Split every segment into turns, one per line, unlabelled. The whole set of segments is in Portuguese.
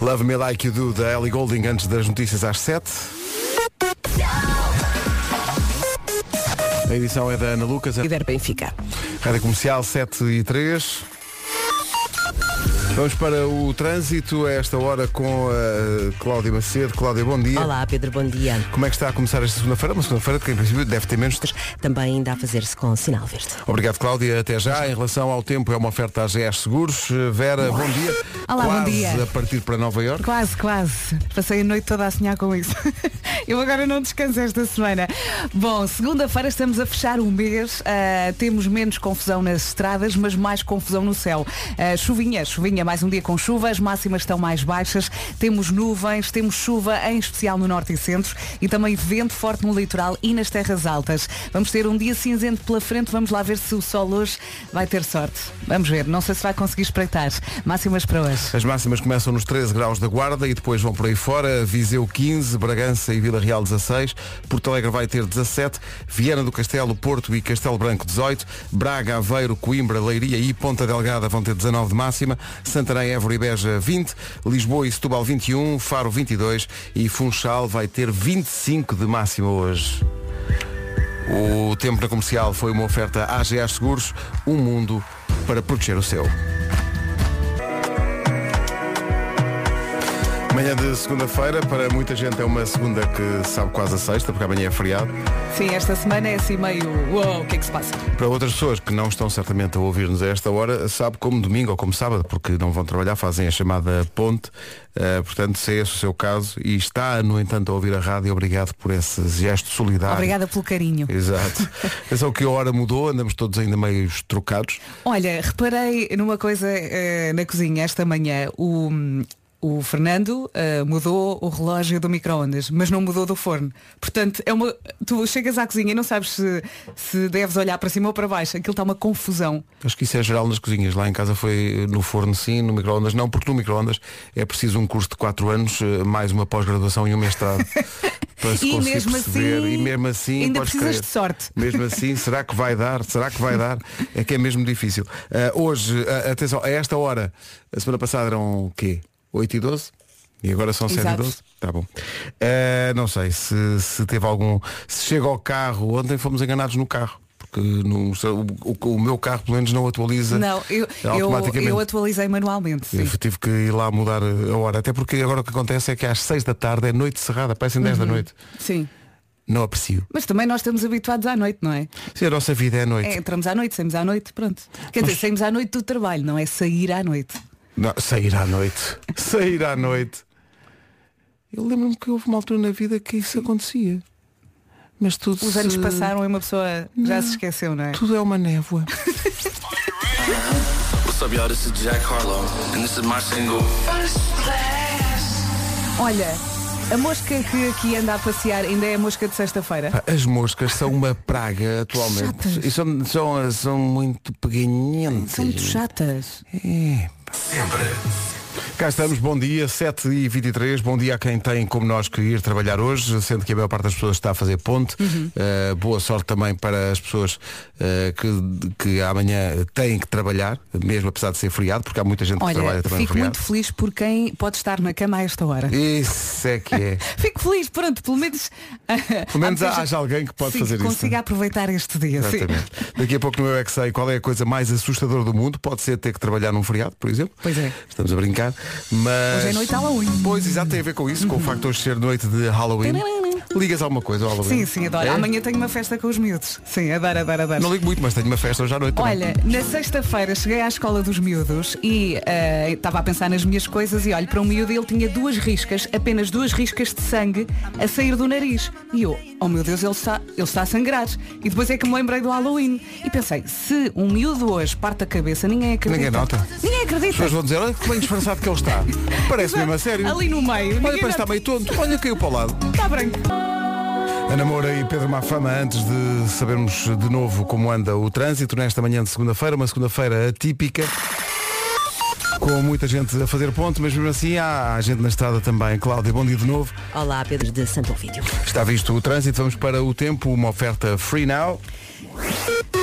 Love Me Like You Do da Ellie Golding antes das notícias às 7. A edição é da Ana Lucas, a
E der Benfica.
Rádio Comercial 7 e 3. Vamos para o trânsito a esta hora com a Cláudia Macedo. Cláudia, bom dia.
Olá, Pedro, bom dia.
Como é que está a começar esta segunda-feira? Uma segunda-feira que em princípio deve ter menos.
Também ainda a fazer-se com sinal verde.
Obrigado, Cláudia. Até já. Em relação ao tempo, é uma oferta à GS Seguros. Eh, Vera, bom dia.
Olá, bom
Quase
dia.
a partir para Nova Iorque.
Quase, quase. Passei a noite toda a sonhar com isso. Eu agora não descanso esta semana. Bom, segunda-feira estamos a fechar o mês. Ah, temos menos confusão nas estradas, mas mais confusão no céu. Ah, chuvinha, chuvinha, mais um dia com chuva. As máximas estão mais baixas. Temos nuvens, temos chuva, em especial no norte e centro. E também vento forte no litoral e nas terras altas. Vamos ter um dia cinzento pela frente. Vamos lá ver se o sol hoje vai ter sorte. Vamos ver. Não sei se vai conseguir espreitar. Máximas para hoje.
As máximas começam nos 13 graus da Guarda e depois vão por aí fora. Viseu 15, Bragança e Vila Real 16. Porto Alegre vai ter 17. Viana do Castelo, Porto e Castelo Branco 18. Braga, Aveiro, Coimbra, Leiria e Ponta Delgada vão ter 19 de máxima. Santarém, Évora e Beja 20. Lisboa e Setúbal 21. Faro 22. E Funchal vai ter 25 de máxima hoje. O tempo na comercial foi uma oferta AGA Seguros, um mundo para proteger o seu. Manhã de segunda-feira, para muita gente é uma segunda que sabe quase a sexta, porque amanhã é feriado.
Sim, esta semana é assim meio. Uou, o que é que se passa?
Para outras pessoas que não estão certamente a ouvir-nos a esta hora, sabe como domingo ou como sábado, porque não vão trabalhar, fazem a chamada ponte. Eh, portanto, se é esse o seu caso e está, no entanto, a ouvir a rádio, obrigado por esse gesto solidário.
Obrigada pelo carinho.
Exato. É só que a hora mudou, andamos todos ainda meio trocados.
Olha, reparei numa coisa eh, na cozinha esta manhã. O, o Fernando eh, mudou o relógio do micro-ondas, mas não mudou do forno. Portanto, é uma, tu chegas à cozinha e não sabes se, se deves olhar para cima ou para baixo. Aquilo está uma confusão.
Acho que isso é geral nas cozinhas. Lá em casa foi eh, no forno sim, no microondas não, porque no microondas é preciso um curso de 4 anos, eh, mais uma pós-graduação e um mestrado. para se
E
conseguir
mesmo
perceber.
assim,
e mesmo assim
ainda
podes
precisas
crer.
de sorte.
Mesmo assim, será que vai dar? Será que vai dar? É que é mesmo difícil. Ah, hoje, ah, atenção, a esta hora, a semana passada eram o quê? 8 e 12? E agora são 7 e
Exato.
12? Tá bom. Ah, não sei se, se teve algum. Se chega ao carro, ontem fomos enganados no carro. Porque no- o, o- o meu carro pelo menos não atualiza
Não, eu, eu,
automaticamente.
eu atualizei manualmente. sim.
Eu tive que ir lá mudar a hora. Até porque agora o que acontece é que às 6 da tarde é noite cerrada, parecem 10
Uhum.
da noite.
Sim.
Não aprecio.
Mas também nós estamos habituados à noite, não é?
Se a nossa vida é à noite.
É, entramos à noite, saímos à noite, pronto. Quer dizer, saímos à noite do trabalho, não é sair à noite.
Não, sair à noite. Sair à noite. Eu lembro-me que houve uma altura na vida que isso acontecia. Mas tudo
Os
se-
anos passaram e uma pessoa já se esqueceu, não é?
Tudo é uma névoa.
What's up, y'all? This is Jack Harlow, and this is my single.
Olha, a mosca que aqui anda a passear ainda é a mosca de sexta-feira.
Pá, As moscas são uma praga atualmente. E são, são, são muito peganhentas.
São muito chatas.
Cá estamos, bom dia, 7 e 23 Bom dia a quem tem, como nós, que ir trabalhar hoje Sendo que a maior parte das pessoas está a fazer ponte
Uhum.
Uh, Boa sorte também para as pessoas uh, que, que amanhã têm que trabalhar Mesmo apesar de ser feriado Porque há muita gente que trabalha
Olha,
também no
fico
feriado
muito feliz por quem pode estar na cama a esta hora.
Isso é que é
Fico feliz, pronto, pelo menos.
Pelo menos
há muita
haja alguém que pode
Sim,
fazer
que
isso,
Consiga
não é?
aproveitar este dia. sim.
Exatamente. Daqui a pouco no Eu é que sei qual é a coisa mais assustadora do mundo. Pode ser ter que trabalhar num feriado, por exemplo.
Pois é.
Estamos a brincar. Mas.
Hoje é noite de Halloween.
Pois, exato, tem a ver com isso, com o facto de hoje ser noite de Halloween. Ligas alguma coisa ao
Sim,
Halloween?
sim, adoro.
É?
Amanhã tenho uma festa com os miúdos. Sim, adoro, adoro, adoro.
Não ligo muito, mas tenho uma festa hoje à noite. também.
Olha, na sexta-feira cheguei à escola dos miúdos e eh, estava a pensar nas minhas coisas e olho para um miúdo e ele tinha duas riscas, apenas duas riscas de sangue a sair do nariz. E eu, oh meu Deus, ele está, ele está a sangrar. E depois é que me lembrei do Halloween. E pensei, se um miúdo hoje parte a cabeça, ninguém acredita.
Ninguém nota.
Ninguém
As
acredita.
pessoas vão dizer, olha que bem disfarçado que ele está. Parece mesmo a sério.
Ali no meio.
Olha,
ninguém
parece que está
nota.
meio tonto. Olha, caiu para o lado.
Está branco.
Ana Moura e Pedro Mafama, antes de sabermos de novo como anda o trânsito nesta manhã de segunda-feira, uma segunda-feira atípica. Com muita gente a fazer ponto, mas mesmo assim há gente na estrada também. Cláudia, bom dia de novo.
Olá, Pedro de Santo Vídeo.
Está visto o trânsito, vamos para o tempo, uma oferta free now.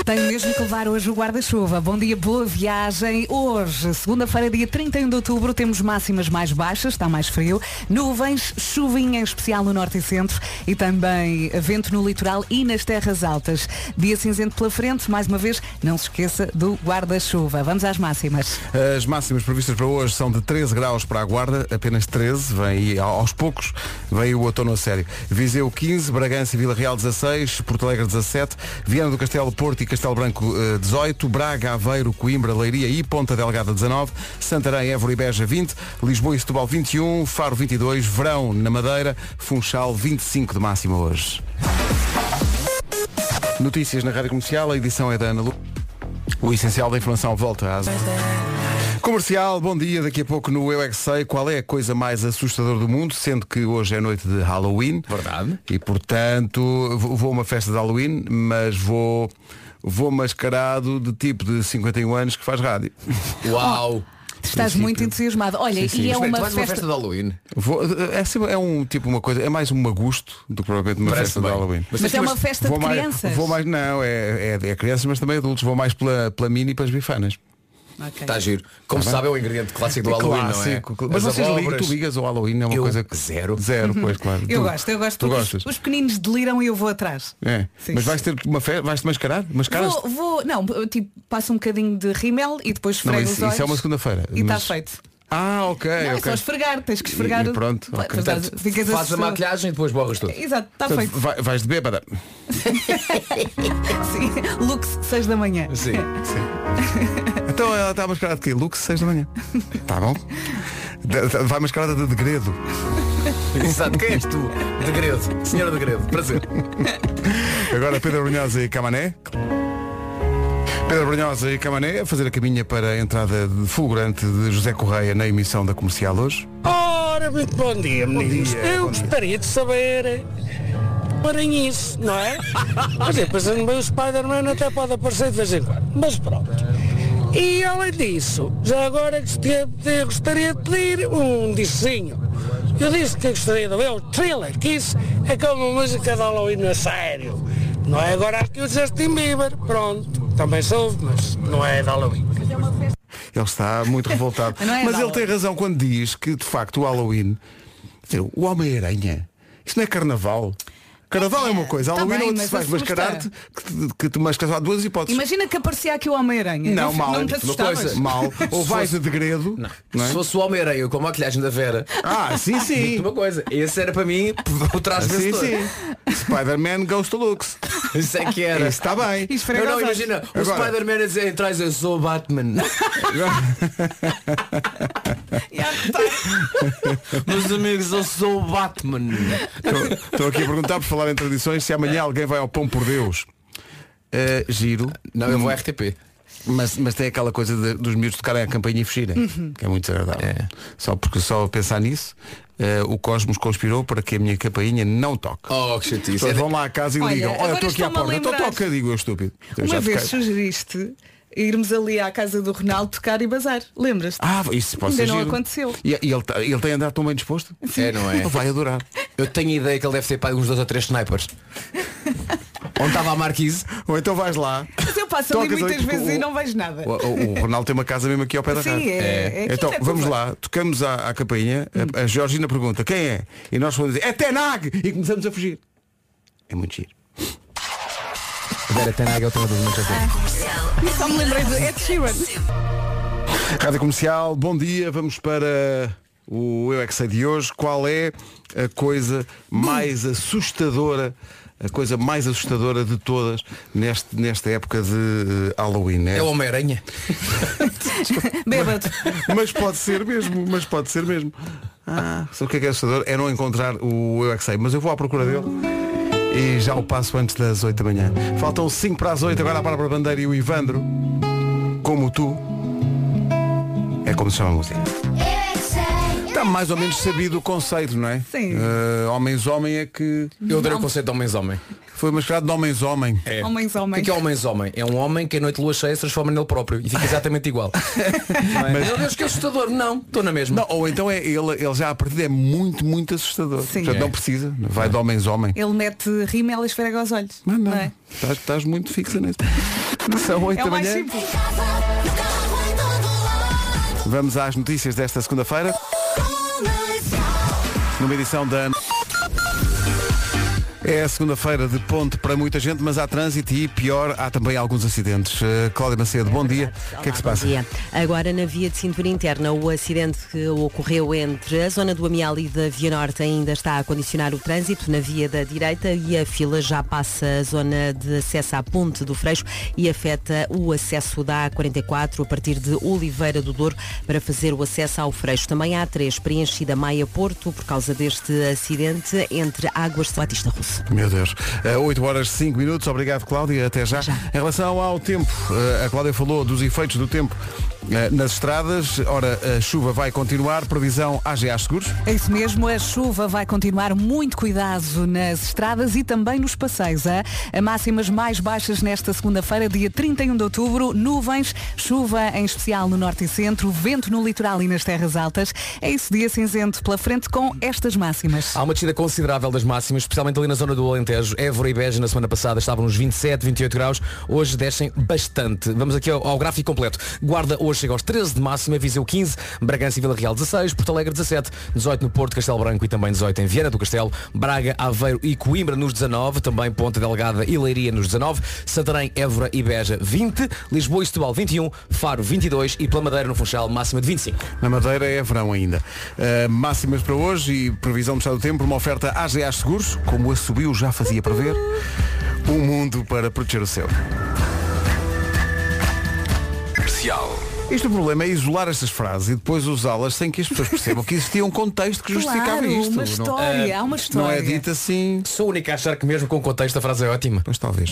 Tenho mesmo que levar hoje o guarda-chuva. Bom dia, boa viagem. Hoje, segunda-feira, dia 31 de outubro, temos máximas mais baixas, está mais frio, nuvens, chuvinha em especial no norte e centro e também vento no litoral e nas terras altas. Dia cinzento pela frente, mais uma vez, não se esqueça do guarda-chuva. Vamos às máximas.
As máximas previstas para hoje são de 13 graus para a Guarda, apenas 13, vem aí aos poucos, vem o outono a sério. Viseu 15, Bragança e Vila Real 16, Porto Alegre 17, Viana do Castelo, Porto e Castelo Branco eh, 18, Braga, Aveiro, Coimbra, Leiria e Ponta Delgada 19, Santarém, Évora e Beja 20, Lisboa e Setúbal 21, Faro 22, Verão na Madeira, Funchal 25 de máxima hoje. Notícias na Rádio Comercial, a edição é da Ana Lu. O essencial da informação volta às... Comercial, bom dia. Daqui a pouco no Eu é que Sei qual é a coisa mais assustadora do mundo, sendo que hoje é noite de Halloween.
Verdade.
E portanto, vou vou a uma festa de Halloween, mas vou, vou mascarado de tipo de 51 anos que faz rádio.
Uau!
Estás muito entusiasmado. Olha, e é
Espera, tu
uma
vais a uma festa
festa...
de Halloween.
Vou- é, sempre- é um tipo uma coisa, é mais um magusto do que propriamente uma
Parece
festa
bem.
de Halloween.
Mas
Mas é uma festa de
vou mais,
crianças.
Vou mais, não, é, é, é crianças, mas também adultos. Vou mais pela, pela mini e pelas bifanas.
Ok.
Tá,
Está tá giro. Como se sabe é o ingrediente clássico do Halloween,
Clássico.
não é?
Mas
As
vocês ligam,
abóboras.
tu ligas ao Halloween, é uma
Eu-
coisa que.
zero.
Zero, pois, claro.
Eu
Tu-
gosto, eu gosto.
Tu
porque
gostas?
Os, os pequeninos deliram e eu vou atrás.
É.
Sim,
Mas
sim.
vais ter uma fé, vais-te mascarar? Mascaras?
Vou, vou, não, eu, tipo, passo um bocadinho de rímel e depois
Não,
esfrego os
isso,
olhos.
isso é uma segunda-feira.
E está
mas-
feito.
Ah, ok,
não, é
ok.
só esfregar, tens que esfregar.
E- e pronto,
Vai-
ok.
mas
Portanto,
ficas
faz a
assustado.
maquilhagem e depois borras tudo.
Exato, está
Portanto,
tá feito.
vai- vais de bêbada.
Sim. Lux, 6 da manhã.
Sim.
Então ela está mascarada de quê? Lux, 6 da manhã. Tá bom? Da- da- Vai mascarada de degredo.
Exato. Quem és tu? Degredo. Senhora Degredo. Prazer.
Agora Pedro Brunhosa e Camané. Pedro Brunhosa e Camané a fazer a caminha para a entrada de fulgurante de José Correia na emissão da comercial hoje.
Ora, muito bom dia, meninos.
dia,
eu
bom dia.
gostaria de saber. Parem isso, não é? Mas é, pensando bem, o Spider-Man até pode aparecer de vez em quando. Mas pronto. E além disso, já agora gostaria de- gostaria de pedir um disquinho. Eu disse que gostaria de ver o thriller, que isso é como uma música de Halloween a sério. Não é agora aqui o Justin Bieber, pronto. Também soube, mas não é de Halloween.
Ele está muito revoltado.
Não é
Mas
nada.
ele tem razão quando diz que, de facto, o Halloween, quer dizer, o Homem-Aranha, isso não é carnaval. Carnaval é uma coisa,
Tá
Halloween
bem,
é onde
mas
se vais
assusta.
mascarar-te, que te, que te mascaras há duas hipóteses.
Imagina que aparecia aqui o Homem-Aranha.
não, mal, é
te
uma
assustavas?
coisa, mal. Ou vais a degredo. não é?
Se fosse o Homem-Aranha com a maquilhagem da Vera,
Ah, sim,
digo-te
sim.
uma coisa. Esse era para mim o trás
sim,
vencedor.
sim. Spider-Man goes to looks.
Isso é que era.
Isso está bem.
Isso foi
Não, não,
engraçado.
imagina, o
Agora-
Spider-Man a dizer atrás, eu sou o Batman.
Yeah, tá.
Meus amigos, eu sou o Batman.
Estou- Estou aqui a perguntar por falar em tradições se
É.
amanhã alguém vai ao pão por Deus. Eh, giro.
Não, eu vou à RTP.
Mas, mas tem aquela coisa de- dos miúdos tocarem a campainha e fugirem,
Uhum.
que é muito desagradável. Só porque só a pensar nisso, eh, o cosmos conspirou para que a minha campainha não toque.
Oh, que chatice.
Então vão lá à casa e
Olha,
ligam, olha,
agora
estou aqui à
estou-me a
porta, então
lembrar.
toca, digo eu estúpido. Eu
Uma
já
vez
toquei.
sugeriste irmos ali à casa do Ronaldo tocar e bazar. Lembras-te?
Ah, isso pode
Ainda
ser
não
giro.
aconteceu.
E, e ele, tá- ele tem andado tão bem disposto?
É, não é?
Ele vai adorar.
Eu tenho a ideia que ele deve ter pago uns dois ou três snipers. Onde estava a Marquise?
Ou então vais lá.
Mas eu passo ali
Tocas
muitas
ali, tipo,
vezes
o-
e não vejo nada.
O, o- o Ronaldo tem uma casa mesmo aqui ao pé da
Sim,
rádio.
é- é Hum. aqui
Então,
na curva.
vamos lá, tocamos à, à campainha, a, a Georgina pergunta quem é? E nós vamos dizer, é Tenag! E começamos a fugir. É muito giro.
Vera Tanaga, eu tenho dúvida, mas já sei.
Só me lembrei de Ed Sheeran.
Rádio Comercial, bom dia, vamos para o Eu é que sei de hoje. Qual é a coisa mais assustadora? A coisa mais assustadora de todas neste, nesta época de eh, Halloween. né?
É o Homem-Aranha.
Bêbado.
Mas pode ser mesmo, mas pode ser mesmo. Ah, sabe o que é que é assustador? É não encontrar o Eu é que sei, mas eu vou à procura dele e já o passo antes das 8 da manhã. Faltam 5 para as 8, agora a Bárbara Bandeira e o Ivandro, como tu. É como se chama a música. Está Tá mais ou menos sabido o conceito, não é?
Sim.
Eh, homens homem é que.
Eu adorei o conceito de homens-homem.
Foi mascarado de homens-homem.
É.
Homens,
O que é,
homens.
que é homens homem? É um homem que à noite de lua cheia se transforma nele próprio e fica exatamente igual. Não é? Meu Deus, que assustador. Não, estou na mesma.
Não, ou então é ele, ele já a partida é muito, muito assustador.
Sim.
Portanto,
É.
não precisa. Vai de homens-homem.
Ele mete rima, ela esfrega os olhos.
Mas não,
não é?
estás, estás muito fixa nisso. São 8
É
da
o mais
manhã.
simples.
Vamos às notícias desta segunda-feira, numa edição da Ana. É a segunda-feira de ponte para muita gente, mas há trânsito e pior, há também alguns acidentes. Eh, Cláudia Macedo, bom dia. O que é que se
Olá,
passa?
bom dia. Agora na via de cintura interna, o acidente que ocorreu entre a zona do Amial e da Via Norte ainda está a condicionar o trânsito na via da direita e a fila já passa a zona de acesso à ponte do Freixo e afeta o acesso da A44 a partir de Oliveira do Douro para fazer o acesso ao Freixo. Também a A3 preenchida Maia Porto por causa deste acidente entre Águas de Batista Russo.
Meu Deus. Eh, 8 horas 5 minutos, obrigado Cláudia, até já.
Já.
Em relação ao tempo, eh, a Cláudia falou dos efeitos do tempo eh, nas estradas. Ora, a chuva vai continuar, previsão AGA Seguros.
É isso mesmo, a chuva vai continuar muito cuidado nas estradas e também nos passeios. hã? A máximas mais baixas nesta segunda-feira, dia 31 de outubro, nuvens, chuva em especial no norte e centro, vento no litoral e nas terras altas. É esse dia cinzento pela frente com estas máximas.
Há uma descida considerável das máximas, especialmente ali na zona do Alentejo. Évora e Beja na semana passada estavam nos 27, 28 graus. Hoje descem bastante. Vamos aqui ao, ao gráfico completo. Guarda hoje chega aos 13 de máxima, Viseu 15, Bragança e Vila Real 16, Porto Alegre 17, 18 no Porto, Castelo Branco e também 18 em Viana do Castelo, Braga, Aveiro e Coimbra nos 19, também Ponta Delgada e Leiria nos 19, Santarém, Évora e Beja 20, Lisboa e Setúbal 21, Faro 22 e pela Madeira no Funchal máxima de 25.
Na Madeira é verão ainda. Eh, máximas para hoje e previsão do estado do tempo, uma oferta AGA Seguros, como a subiu já fazia prever, um mundo para proteger o seu.
Comercial.
Isto o problema é isolar estas frases e depois usá-las sem que as pessoas percebam que existia um contexto que justificava
claro,
isto.
uma
Não- é?
história, há uma
não,
história.
é dito assim.
Sou o único a achar que mesmo com contexto a frase é ótima.
Pois talvez.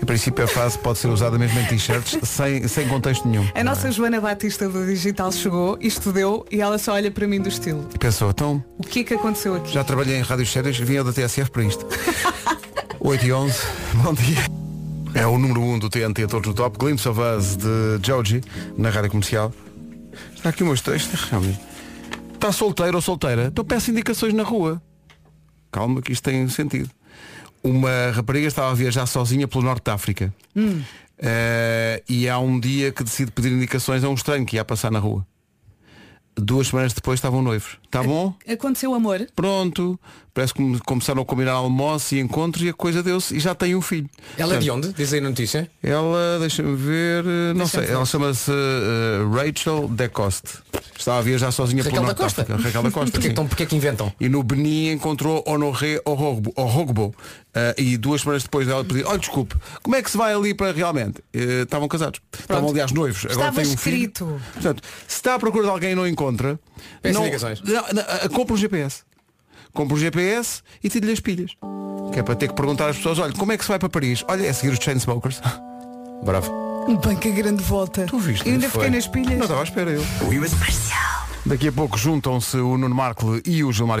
Em princípio a frase pode ser usada mesmo em t-shirts sem, sem contexto nenhum.
A nossa Joana Batista do Digital chegou, isto deu e ela só olha para mim do estilo.
Pensou, então
O que é que aconteceu aqui?
já trabalhei em rádios sérias, vinha da TSF para isto. 8 e 11, bom dia. É o número 1 do TNT Todos no Top, Glimpse of Us de Joji, na rádio comercial. Está aqui o meu texto, realmente. Está solteiro ou solteira? Então peço indicações na rua. Calma que isto tem sentido. Uma rapariga estava a viajar sozinha pelo norte da África. Eh, e há um dia que decide pedir indicações a um estranho que ia passar na rua. Duas semanas depois estavam noivos. Está bom?
Aconteceu amor?
Pronto. Parece que come- começaram a combinar almoço e encontros e a coisa deu-se. E já tem um filho.
Ela é de
Portanto,
onde? Diz aí na notícia.
Ela, deixa-me ver, eh, não sei, ela chama-se eh, Rachel Decoste. Estava a viajar sozinha pelo
Raquel da
Norte
Costa.
África. Raquel da Costa.
Porquê,
sim.
então porquê que inventam?
E no Benin encontrou Honoré Orogbo. Orogbo. Eh, e duas semanas depois dela pedir, olha desculpe, como é que se vai ali para realmente? Eh, Estavam casados. Estavam aliás noivos. Agora
Estava
tem um
escrito.
filho. Portanto, se está à procura de alguém e não encontra,
Peço
não,
indicações.
não, não, eh, compra um GPS. Compra um GPS e tira-lhe as pilhas. Que é para ter que perguntar às pessoas, olha, como é que se vai para Paris? Olha, é seguir os Chainsmokers.
Bravo.
Banca grande volta.
Tu viste?
Eu ainda
Foi.
fiquei nas pilhas.
Não estava à espera eu. Daqui a pouco juntam-se o Nuno Marco e o Gilmar.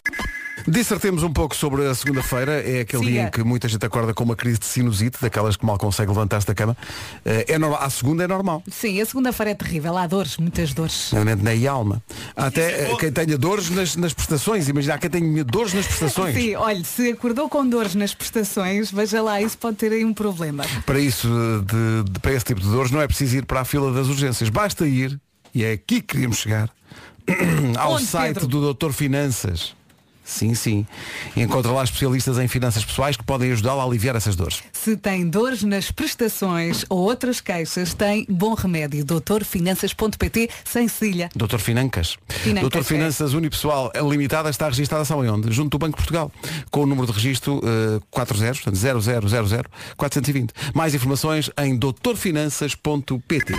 Dissertemos um pouco sobre a segunda-feira, é aquele
Siga.
dia em que muita gente acorda com uma crise de sinusite, daquelas que mal consegue levantar-se da cama. Eh, É normal. A segunda é normal,
Sim, a segunda-feira é terrível. Há dores, muitas dores.
nomeadamente na alma.
é
Até eh, quem tenha dores nas, nas prestações, imagina há quem tenha dores nas prestações.
Sim, olha, se acordou com dores nas prestações, veja lá, isso pode ter aí um problema.
Para isso, eh, de- de- para esse tipo de dores, não é preciso ir para a fila das urgências. Basta ir, e é aqui que queríamos chegar, ao
Onde,
site
Pedro?
do Doutor Finanças. Sim, sim. Encontra lá especialistas em finanças pessoais que podem ajudá-la a aliviar essas dores.
Se tem dores nas prestações ou outras queixas, tem bom remédio. Doutorfinanças.pt, sem cília.
Doutor Financas.
Financas,
Doutor
é.
Finanças Unipessoal Limitada está registrada, sabem onde? Junto do Banco de Portugal. Com o número de registro eh, 40, portanto 0000 420. Mais informações em doutorfinanças.pt.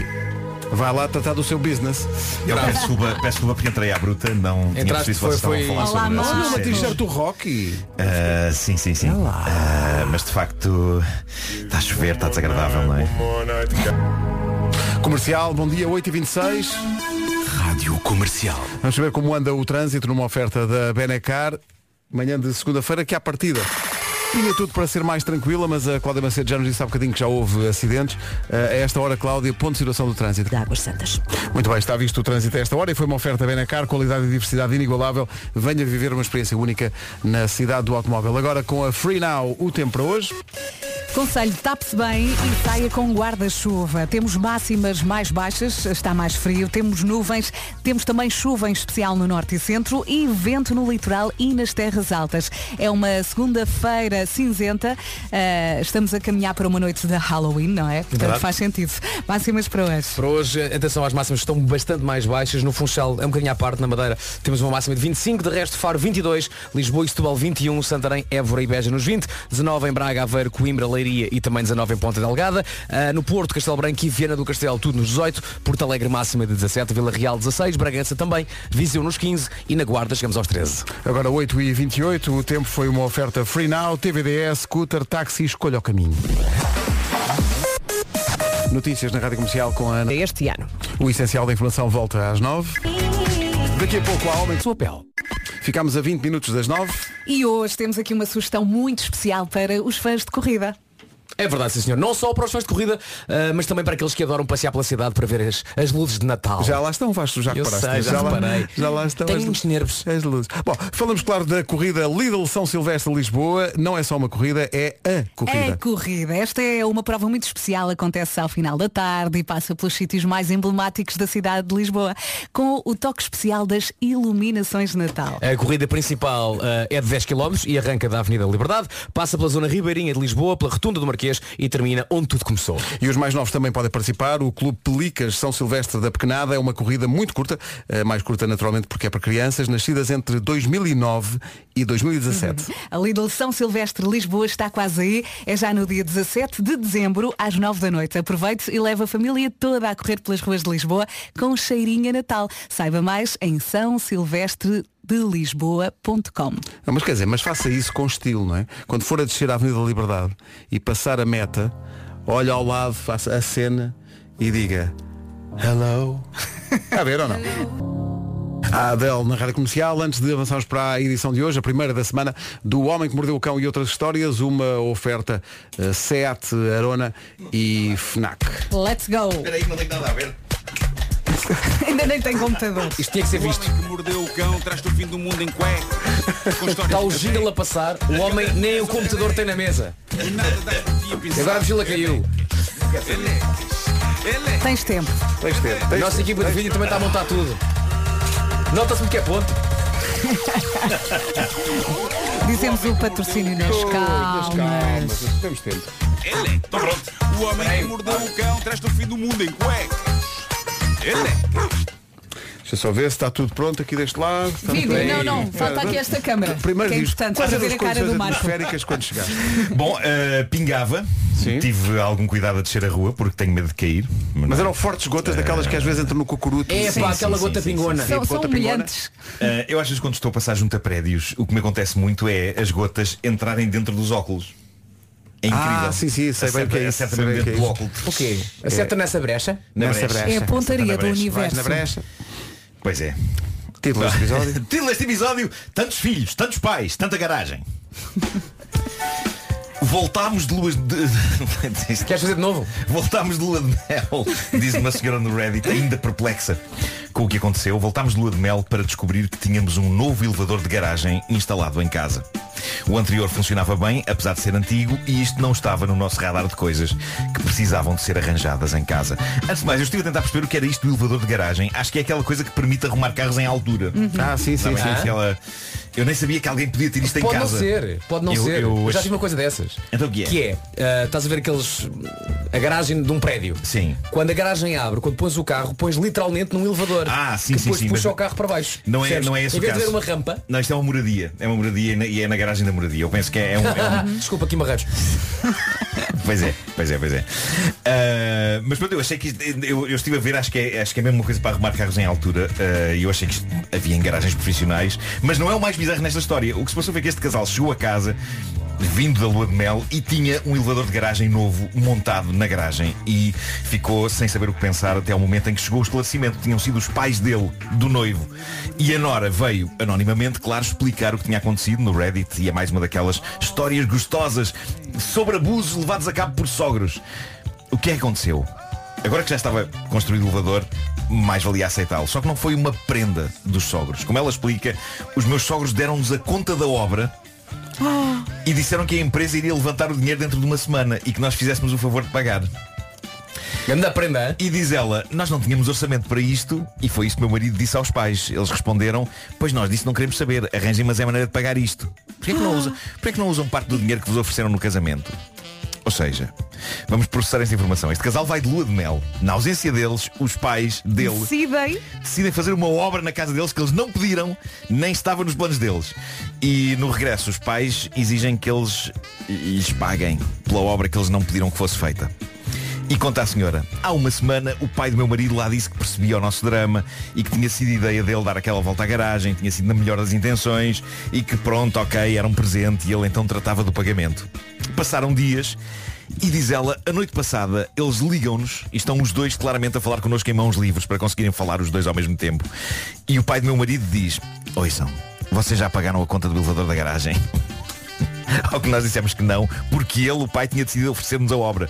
Vai lá tratar do seu business.
Eu peço desculpa, peço desculpa porque entrei à bruta, não tinha
Entraste,
percebido que vocês estavam
foi-
a um falar
foi-
sobre
Olá,
assuntos
Mauro.
sérios.
T-shirt
do Rocky.
Ah, sim, sim, sim. Ah, mas de facto está a chover, está desagradável, não é?
Comercial, bom dia, 8h26.
Rádio Comercial.
Vamos saber como anda o trânsito numa oferta da Benecar, manhã de segunda-feira, que à partida Tinha tudo para ser mais tranquila, mas a Cláudia Macedo já nos disse há bocadinho que já houve acidentes. Eh, A esta hora, Cláudia, ponto de situação do trânsito.
de Águas Santas.
Muito bem, está visto o trânsito a esta hora e foi uma oferta Benacar, qualidade e diversidade inigualável. Venha viver uma experiência única na cidade do automóvel. Agora com a Free Now, o tempo para hoje.
Conselho, tape-se bem e saia com guarda-chuva. Temos máximas mais baixas, está mais frio, temos nuvens, temos também chuva em especial no norte e centro e vento no litoral e nas terras altas. É uma segunda-feira cinzenta, ah, estamos a caminhar para uma noite de Halloween, não é? Portanto,
Verdade.
faz sentido. Máximas para hoje.
Para hoje, atenção às máximas estão bastante mais baixas. No Funchal, é um bocadinho à parte, na Madeira, temos uma máxima de 25, de resto, Faro 22, Lisboa e Setúbal 21, Santarém, Évora e Beja nos 20, 19 em Braga, Aveiro, Coimbra, Leiria e também 19 em Ponta Delgada. Ah, no Porto, Castelo Branco e Viana do Castelo, tudo nos 18, Porto Alegre máxima de 17, Vila Real 16, Bragança também, Viseu nos 15 e na Guarda chegamos aos 13.
Agora 8h28, o tempo foi uma oferta Free Now, TVDS, scooter, táxi, escolha o caminho. Notícias na Rádio Comercial com a Ana.
Este ano.
O essencial da informação volta às 9. Daqui a pouco há homem de sua pele. Ficámos a 20 minutos das 9.
E hoje temos aqui uma sugestão muito especial para os fãs de corrida.
É verdade, sim senhor. Não só para os fãs de corrida, ah, mas também para aqueles que adoram passear pela cidade para ver as, as luzes de Natal.
Já lá estão, Vasco, já
Eu
reparaste.
sei, já
lá,
reparei.
já lá estão.
Tenho
as-
muitos nervos.
as luzes. Bom, falamos claro da corrida Lidl São Silvestre Lisboa. Não é só uma corrida, é a
É
corrida.
corrida. Esta é uma prova muito especial. Acontece ao final da tarde e passa pelos sítios mais emblemáticos da cidade de Lisboa, com o toque especial das iluminações de Natal.
A corrida principal eh, é de 10 km e arranca da Avenida Liberdade, passa pela zona ribeirinha de Lisboa, pela Rotunda do Marquês e termina onde tudo começou.
E os mais novos também podem participar. O Clube Pelicas São Silvestre da Pequenada é uma corrida muito curta, eh, mais curta naturalmente porque é para crianças, nascidas entre 2009 e 2017.
A Lidl São Silvestre Lisboa está quase aí. É já no dia 17 de dezembro, às 9 da noite. Aproveite e leve a família toda a correr pelas ruas de Lisboa com um cheirinho a Natal. Saiba mais em São Silvestre de Lisboa.com.
Não, mas quer dizer, mas faça isso com estilo, não é? Quando for a descer a Avenida Liberdade e passar a meta, olha ao lado, faça a cena e diga Hello. Está a ver ou não? A Adele na Rádio Comercial, antes de avançarmos para a edição de hoje, a primeira da semana do Homem que Mordeu o Cão e outras histórias, uma oferta eh, SEAT, Arona e FNAC.
Let's go!
Espera aí que não tenho nada a ver.
Ainda nem tem computador.
Isto tinha que ser visto.
que mordeu o cão traz-te o fim do mundo em cuecas. Com histórias
Está o
de café
jingle a passar, o homem nem o computador tem na mesa.
e nada das por ti a
E
pensar.
agora a mochila caiu.
Ele é. Ele é.
Tens tempo.
Tens de ter,
A
tens de
nossa equipa de vídeo também está a montar tudo. Nota-se-me que é ponto.
Dizemos o patrocínio nas calmas.
ter. Temos tempo.
Ele é. Então pronto. O homem que mordeu o cão traz-te o fim do mundo em cuecas. Ele é.
Deixa eu só ver se está tudo pronto aqui deste lado. Está
Vigo,
tudo bem.
não, não, falta aqui esta câmara.
é Primeiro
que é
diz,
importante
quais
para ver
eram as
a cara
condições
do Marco.
atmosféricas quando chegaste?
Bom, eh, pingava.
Sim.
Tive algum cuidado a descer a rua porque tenho medo de cair.
Mas eram fortes gotas daquelas que às vezes entram no cocuruto.
É
Sim,
pá,
sim,
aquela
sim,
gota
sim,
pingona.
São, são
Conta pingona.
humilhantes.
Eh, eu às vezes quando estou a passar junto a prédios, o que me acontece muito é as gotas entrarem dentro dos óculos. É incrível.
Ah, sim, sim, sei bem o que é isso,
Acerta
sei
mesmo
bem o que
dentro
é isso.
do óculo.
O quê? Acerta
É.
nessa brecha?
Na
Nessa brecha.
É a pontaria do
Vais na
Vais na
universo.
brecha.
Pois é.
Título deste episódio.
Título deste episódio, tantos filhos, tantos pais, tanta garagem. Voltámos de luas de...
Queres fazer de novo?
Voltámos de lua de mel, diz uma senhora no Reddit, ainda perplexa com o que aconteceu. Voltámos de lua de mel para descobrir que tínhamos um novo elevador de garagem instalado em casa. O anterior funcionava bem, apesar de ser antigo, e isto não estava no nosso radar de coisas que precisavam de ser arranjadas em casa. Antes de mais, eu estive a tentar perceber o que era isto do elevador de garagem. Acho que é aquela coisa que permite arrumar carros em altura.
Uhum.
Ah, sim, sim,
Sabem,
sim.
aquela- Eu nem sabia que alguém podia ter isto em
Pode
casa.
não ser, pode não
Eu-
ser.
eu
Eu já
ach-
tive uma coisa dessas.
Então o que é?
Que é, ah, estás a ver aqueles. A garagem de um prédio.
Sim.
Quando a garagem abre, quando pões o carro, pões literalmente num elevador.
Ah, sim,
que
sim,
Depois
sim,
puxa
mas-
o carro para baixo.
Não é,
Percebes?
não é esse
Em
o
vez
caso.
de ver uma rampa.
Não, isto é uma moradia. É uma moradia e na- e é na garagem da moradia. Eu penso que é, é um- é um,
Desculpa aqui marreiros.
Pois é, pois é, pois é. Ah, mas pronto, eu achei que isto, eu, eu estive a ver, acho que, é, acho que é mesmo uma coisa para arrumar carros em altura. ah, E eu achei que isto havia em garagens profissionais. Mas não é o mais bizarro nesta história. O que se passou foi que este casal chegou a casa vindo da lua de mel e tinha um elevador de garagem novo montado na garagem e ficou sem saber o que pensar até ao momento em que chegou o esclarecimento. Tinham sido os pais dele, do noivo. E a Nora veio, anonimamente, claro, explicar o que tinha acontecido no Reddit e é mais uma daquelas histórias gostosas sobre abusos levados a cabo por sogros. O que é que aconteceu? Agora que já estava construído o elevador, mais valia aceitá-lo. Só que não foi uma prenda dos sogros. Como ela explica, os meus sogros deram-nos a conta da obra e disseram que a empresa iria levantar o dinheiro dentro de uma semana e que nós fizéssemos o favor de pagar.
Grande aprenda,
E diz ela, nós não tínhamos orçamento para isto e foi isso que meu marido disse aos pais. Eles responderam, pois nós disso não queremos saber, arranjem mas é maneira de pagar isto. Porquê que, não usa, porquê que não usam parte do dinheiro que vos ofereceram no casamento? Ou seja, vamos processar esta informação. Este casal vai de lua de mel. Na ausência deles, os pais dele
Decidem.
decidem fazer uma obra na casa deles que eles não pediram, nem estava nos planos deles. E no regresso, os pais exigem que eles lhes paguem pela obra que eles não pediram que fosse feita. E conta a senhora, há uma semana o pai do meu marido lá disse que percebia o nosso drama e que tinha sido ideia dele dar aquela volta à garagem, tinha sido na melhor das intenções e que pronto, ok, era um presente e ele então tratava do pagamento. Passaram dias e diz ela, a noite passada eles ligam-nos e estão os dois claramente a falar connosco em mãos livres para conseguirem falar os dois ao mesmo tempo. E o pai do meu marido diz, oiçam, vocês já pagaram a conta do elevador da garagem? Ao que nós dissemos que não, porque ele, o pai, tinha decidido oferecer-nos a obra.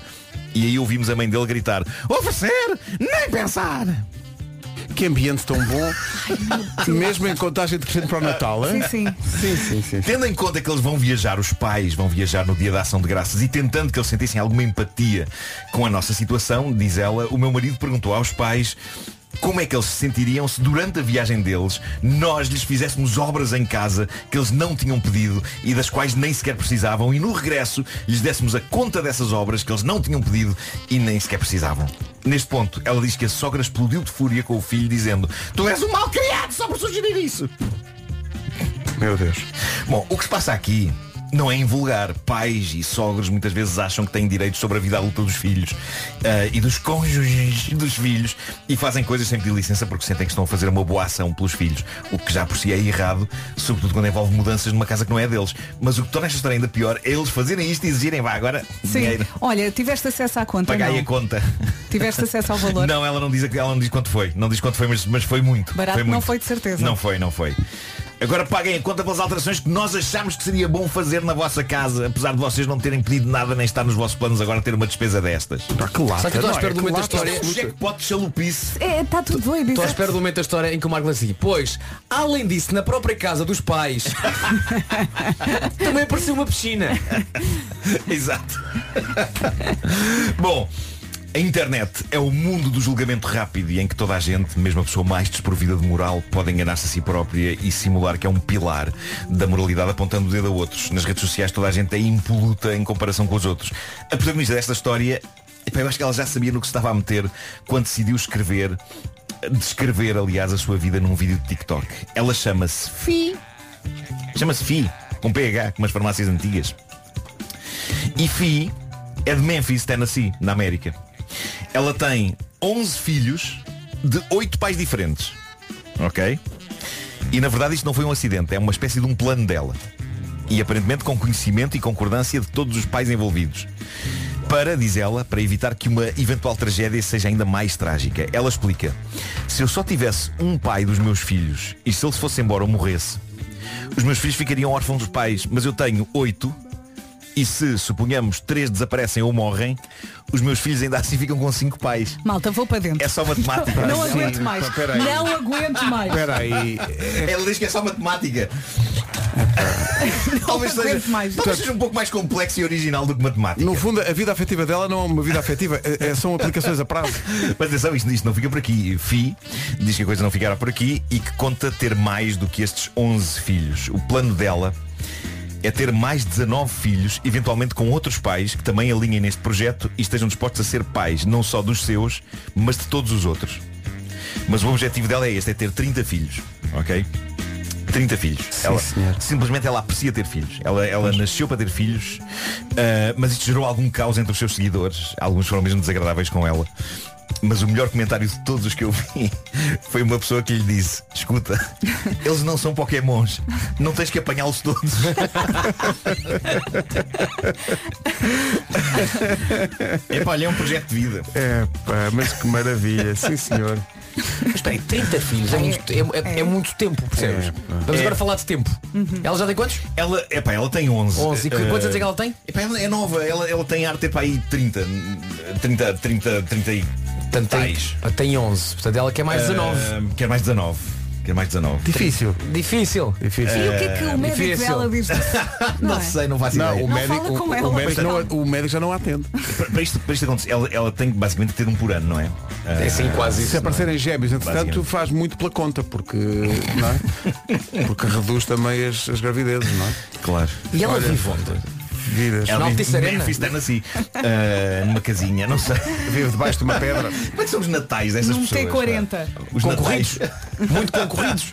E aí ouvimos a mãe dele gritar, oferecer, nem pensar!
Que ambiente tão bom. Mesmo em contagem decrescente para o Natal,
Sim,
hein?
sim.
Sim, sim, sim.
Tendo em conta que eles vão viajar, os pais vão viajar no dia da ação de graças e tentando que eles sentissem alguma empatia com a nossa situação, diz ela, o meu marido perguntou aos pais como é que eles se sentiriam se durante a viagem deles nós lhes fizéssemos obras em casa que eles não tinham pedido e das quais nem sequer precisavam e no regresso lhes dessemos a conta dessas obras que eles não tinham pedido e nem sequer precisavam. Neste ponto, ela diz que a sogra explodiu de fúria com o filho dizendo Tu és um mal criado só por sugerir isso!
Meu Deus.
Bom, o que se passa aqui não é invulgar. Pais e sogros muitas vezes acham que têm direitos sobre a vida adulta dos filhos ah, e dos cônjuges dos filhos e fazem coisas sem pedir licença porque sentem que estão a fazer uma boa ação pelos filhos, o que já por si é errado, sobretudo quando envolve mudanças numa casa que não é deles. Mas o que torna esta história ainda pior é eles fazerem isto e exigirem, vá agora,
Sim.
dinheiro,
Olha, tiveste acesso à conta.
pagai
não?
a conta.
Tiveste acesso ao valor.
Não, ela não diz, ela não diz quanto foi. Não diz quanto foi, mas, mas foi muito.
Barato
muito.
não foi, de certeza.
Não foi, não foi. Agora paguem a conta pelas alterações que nós achamos que seria bom fazer na vossa casa, apesar de vocês não terem pedido nada nem estar nos vossos planos agora ter uma despesa destas.
claro.
Sabe que eu estou à
Não,
espera
é
do momento da
claro,
história.
É um checkpot de chalupice.
É, está tudo doido.
Estou à
exato.
espera do momento da história em que o Marco diz assim, pois, além disso, na própria casa dos pais também apareceu uma piscina.
Exato. Bom, a internet é o mundo do julgamento rápido e em que toda a gente, mesmo a pessoa mais desprovida de moral, pode enganar-se a si própria e simular que é um pilar da moralidade apontando o dedo a outros. Nas redes sociais toda a gente é impoluta em comparação com os outros. A protagonista desta história, epá, eu acho que ela já sabia no que se estava a meter quando decidiu escrever, descrever, aliás, a sua vida num vídeo de TikTok. Ela chama-se Fi. Chama-se Fi, com PH, como as farmácias antigas. E Fi é de Memphis, Tennessee, na América. Ela tem 11 filhos de 8 pais diferentes. Ok? E na verdade isto não foi um acidente, é uma espécie de um plano dela. E aparentemente com conhecimento e concordância de todos os pais envolvidos. Para, diz ela, para evitar que uma eventual tragédia seja ainda mais trágica. Ela explica, se eu só tivesse um pai dos meus filhos e se ele se fosse embora ou morresse, os meus filhos ficariam órfãos dos pais, mas eu tenho oito e se, suponhamos, três desaparecem ou morrem, os meus filhos ainda assim ficam com cinco pais.
Malta, vou para dentro.
É Então, só matemática.
Não aguento mais.
peraí.
Não aguento mais.
Espera aí.
Ela diz que é só matemática. talvez
aguento
seja,
mais.
talvez seja um pouco mais complexo e original do que matemática.
No fundo, a vida afetiva dela não é uma vida afetiva, é- é- são aplicações a prazo.
Mas atenção, isto, isto não fica por aqui. Fi diz que a coisa não ficará por aqui e que conta ter mais do que estes 11 filhos. O plano dela é ter mais 19 filhos, eventualmente com outros pais que também alinhem neste projeto e estejam dispostos a ser pais, não só dos seus, mas de todos os outros. Mas o objetivo dela é este, é ter 30 filhos, ok? 30 filhos. ela, simplesmente ela aprecia ter filhos. Ela, ela nasceu para ter filhos, ah, mas isto gerou algum caos entre os seus seguidores. Alguns foram mesmo desagradáveis com ela. Mas o melhor comentário de todos os que eu vi foi uma pessoa que lhe disse, escuta, eles não são pokémons, não tens que apanhá-los todos. Epá, olha, é um projeto de vida.
É, pá, mas que maravilha, sim senhor.
Mas tem 30 filhos, é, muito, é- é- Uhum. é muito tempo, percebes?
é.
Vamos agora falar de tempo. Ela já tem quantos?
Ela, epá, ela tem 11.
11. E que- quantos
Eh,
anos é que ela tem?
Epá, ela é nova, ela, ela tem arte epá, aí 30, 30, 30, 30 e
Portanto, tem,
tais.
tem 11. Portanto, ela quer mais 19.
Eh, quer mais 19. Quer mais 19.
Difícil.
Difícil.
Difícil.
E o que é que o médico
difícil.
dela diz disso?
Não,
é?
sei, não vai ser.
Não, o
Não
médico,
fala com
o- o,
ela.
médico não- o médico já não a atende.
Para, para isto, para isto acontecer, ela, ela tem que basicamente ter um por ano, não é? Eh,
É sim, quase isso.
Se aparecerem gêmeos, entretanto,
Basicamente.
faz muito pela conta, porque, não é? porque reduz também as, as gravidezes, não é?
claro.
E ela
Olha,
vive onde?
Vidas.
Ela
Não,
vive
Tisserena.
em Memphis, Tennessee. Eh, numa casinha, não sei.
Vive debaixo de uma pedra.
Como é que são os natais destas
Num
pessoas?
T40.
pá? Os
Concorridos.
natais.
Muito concorridos.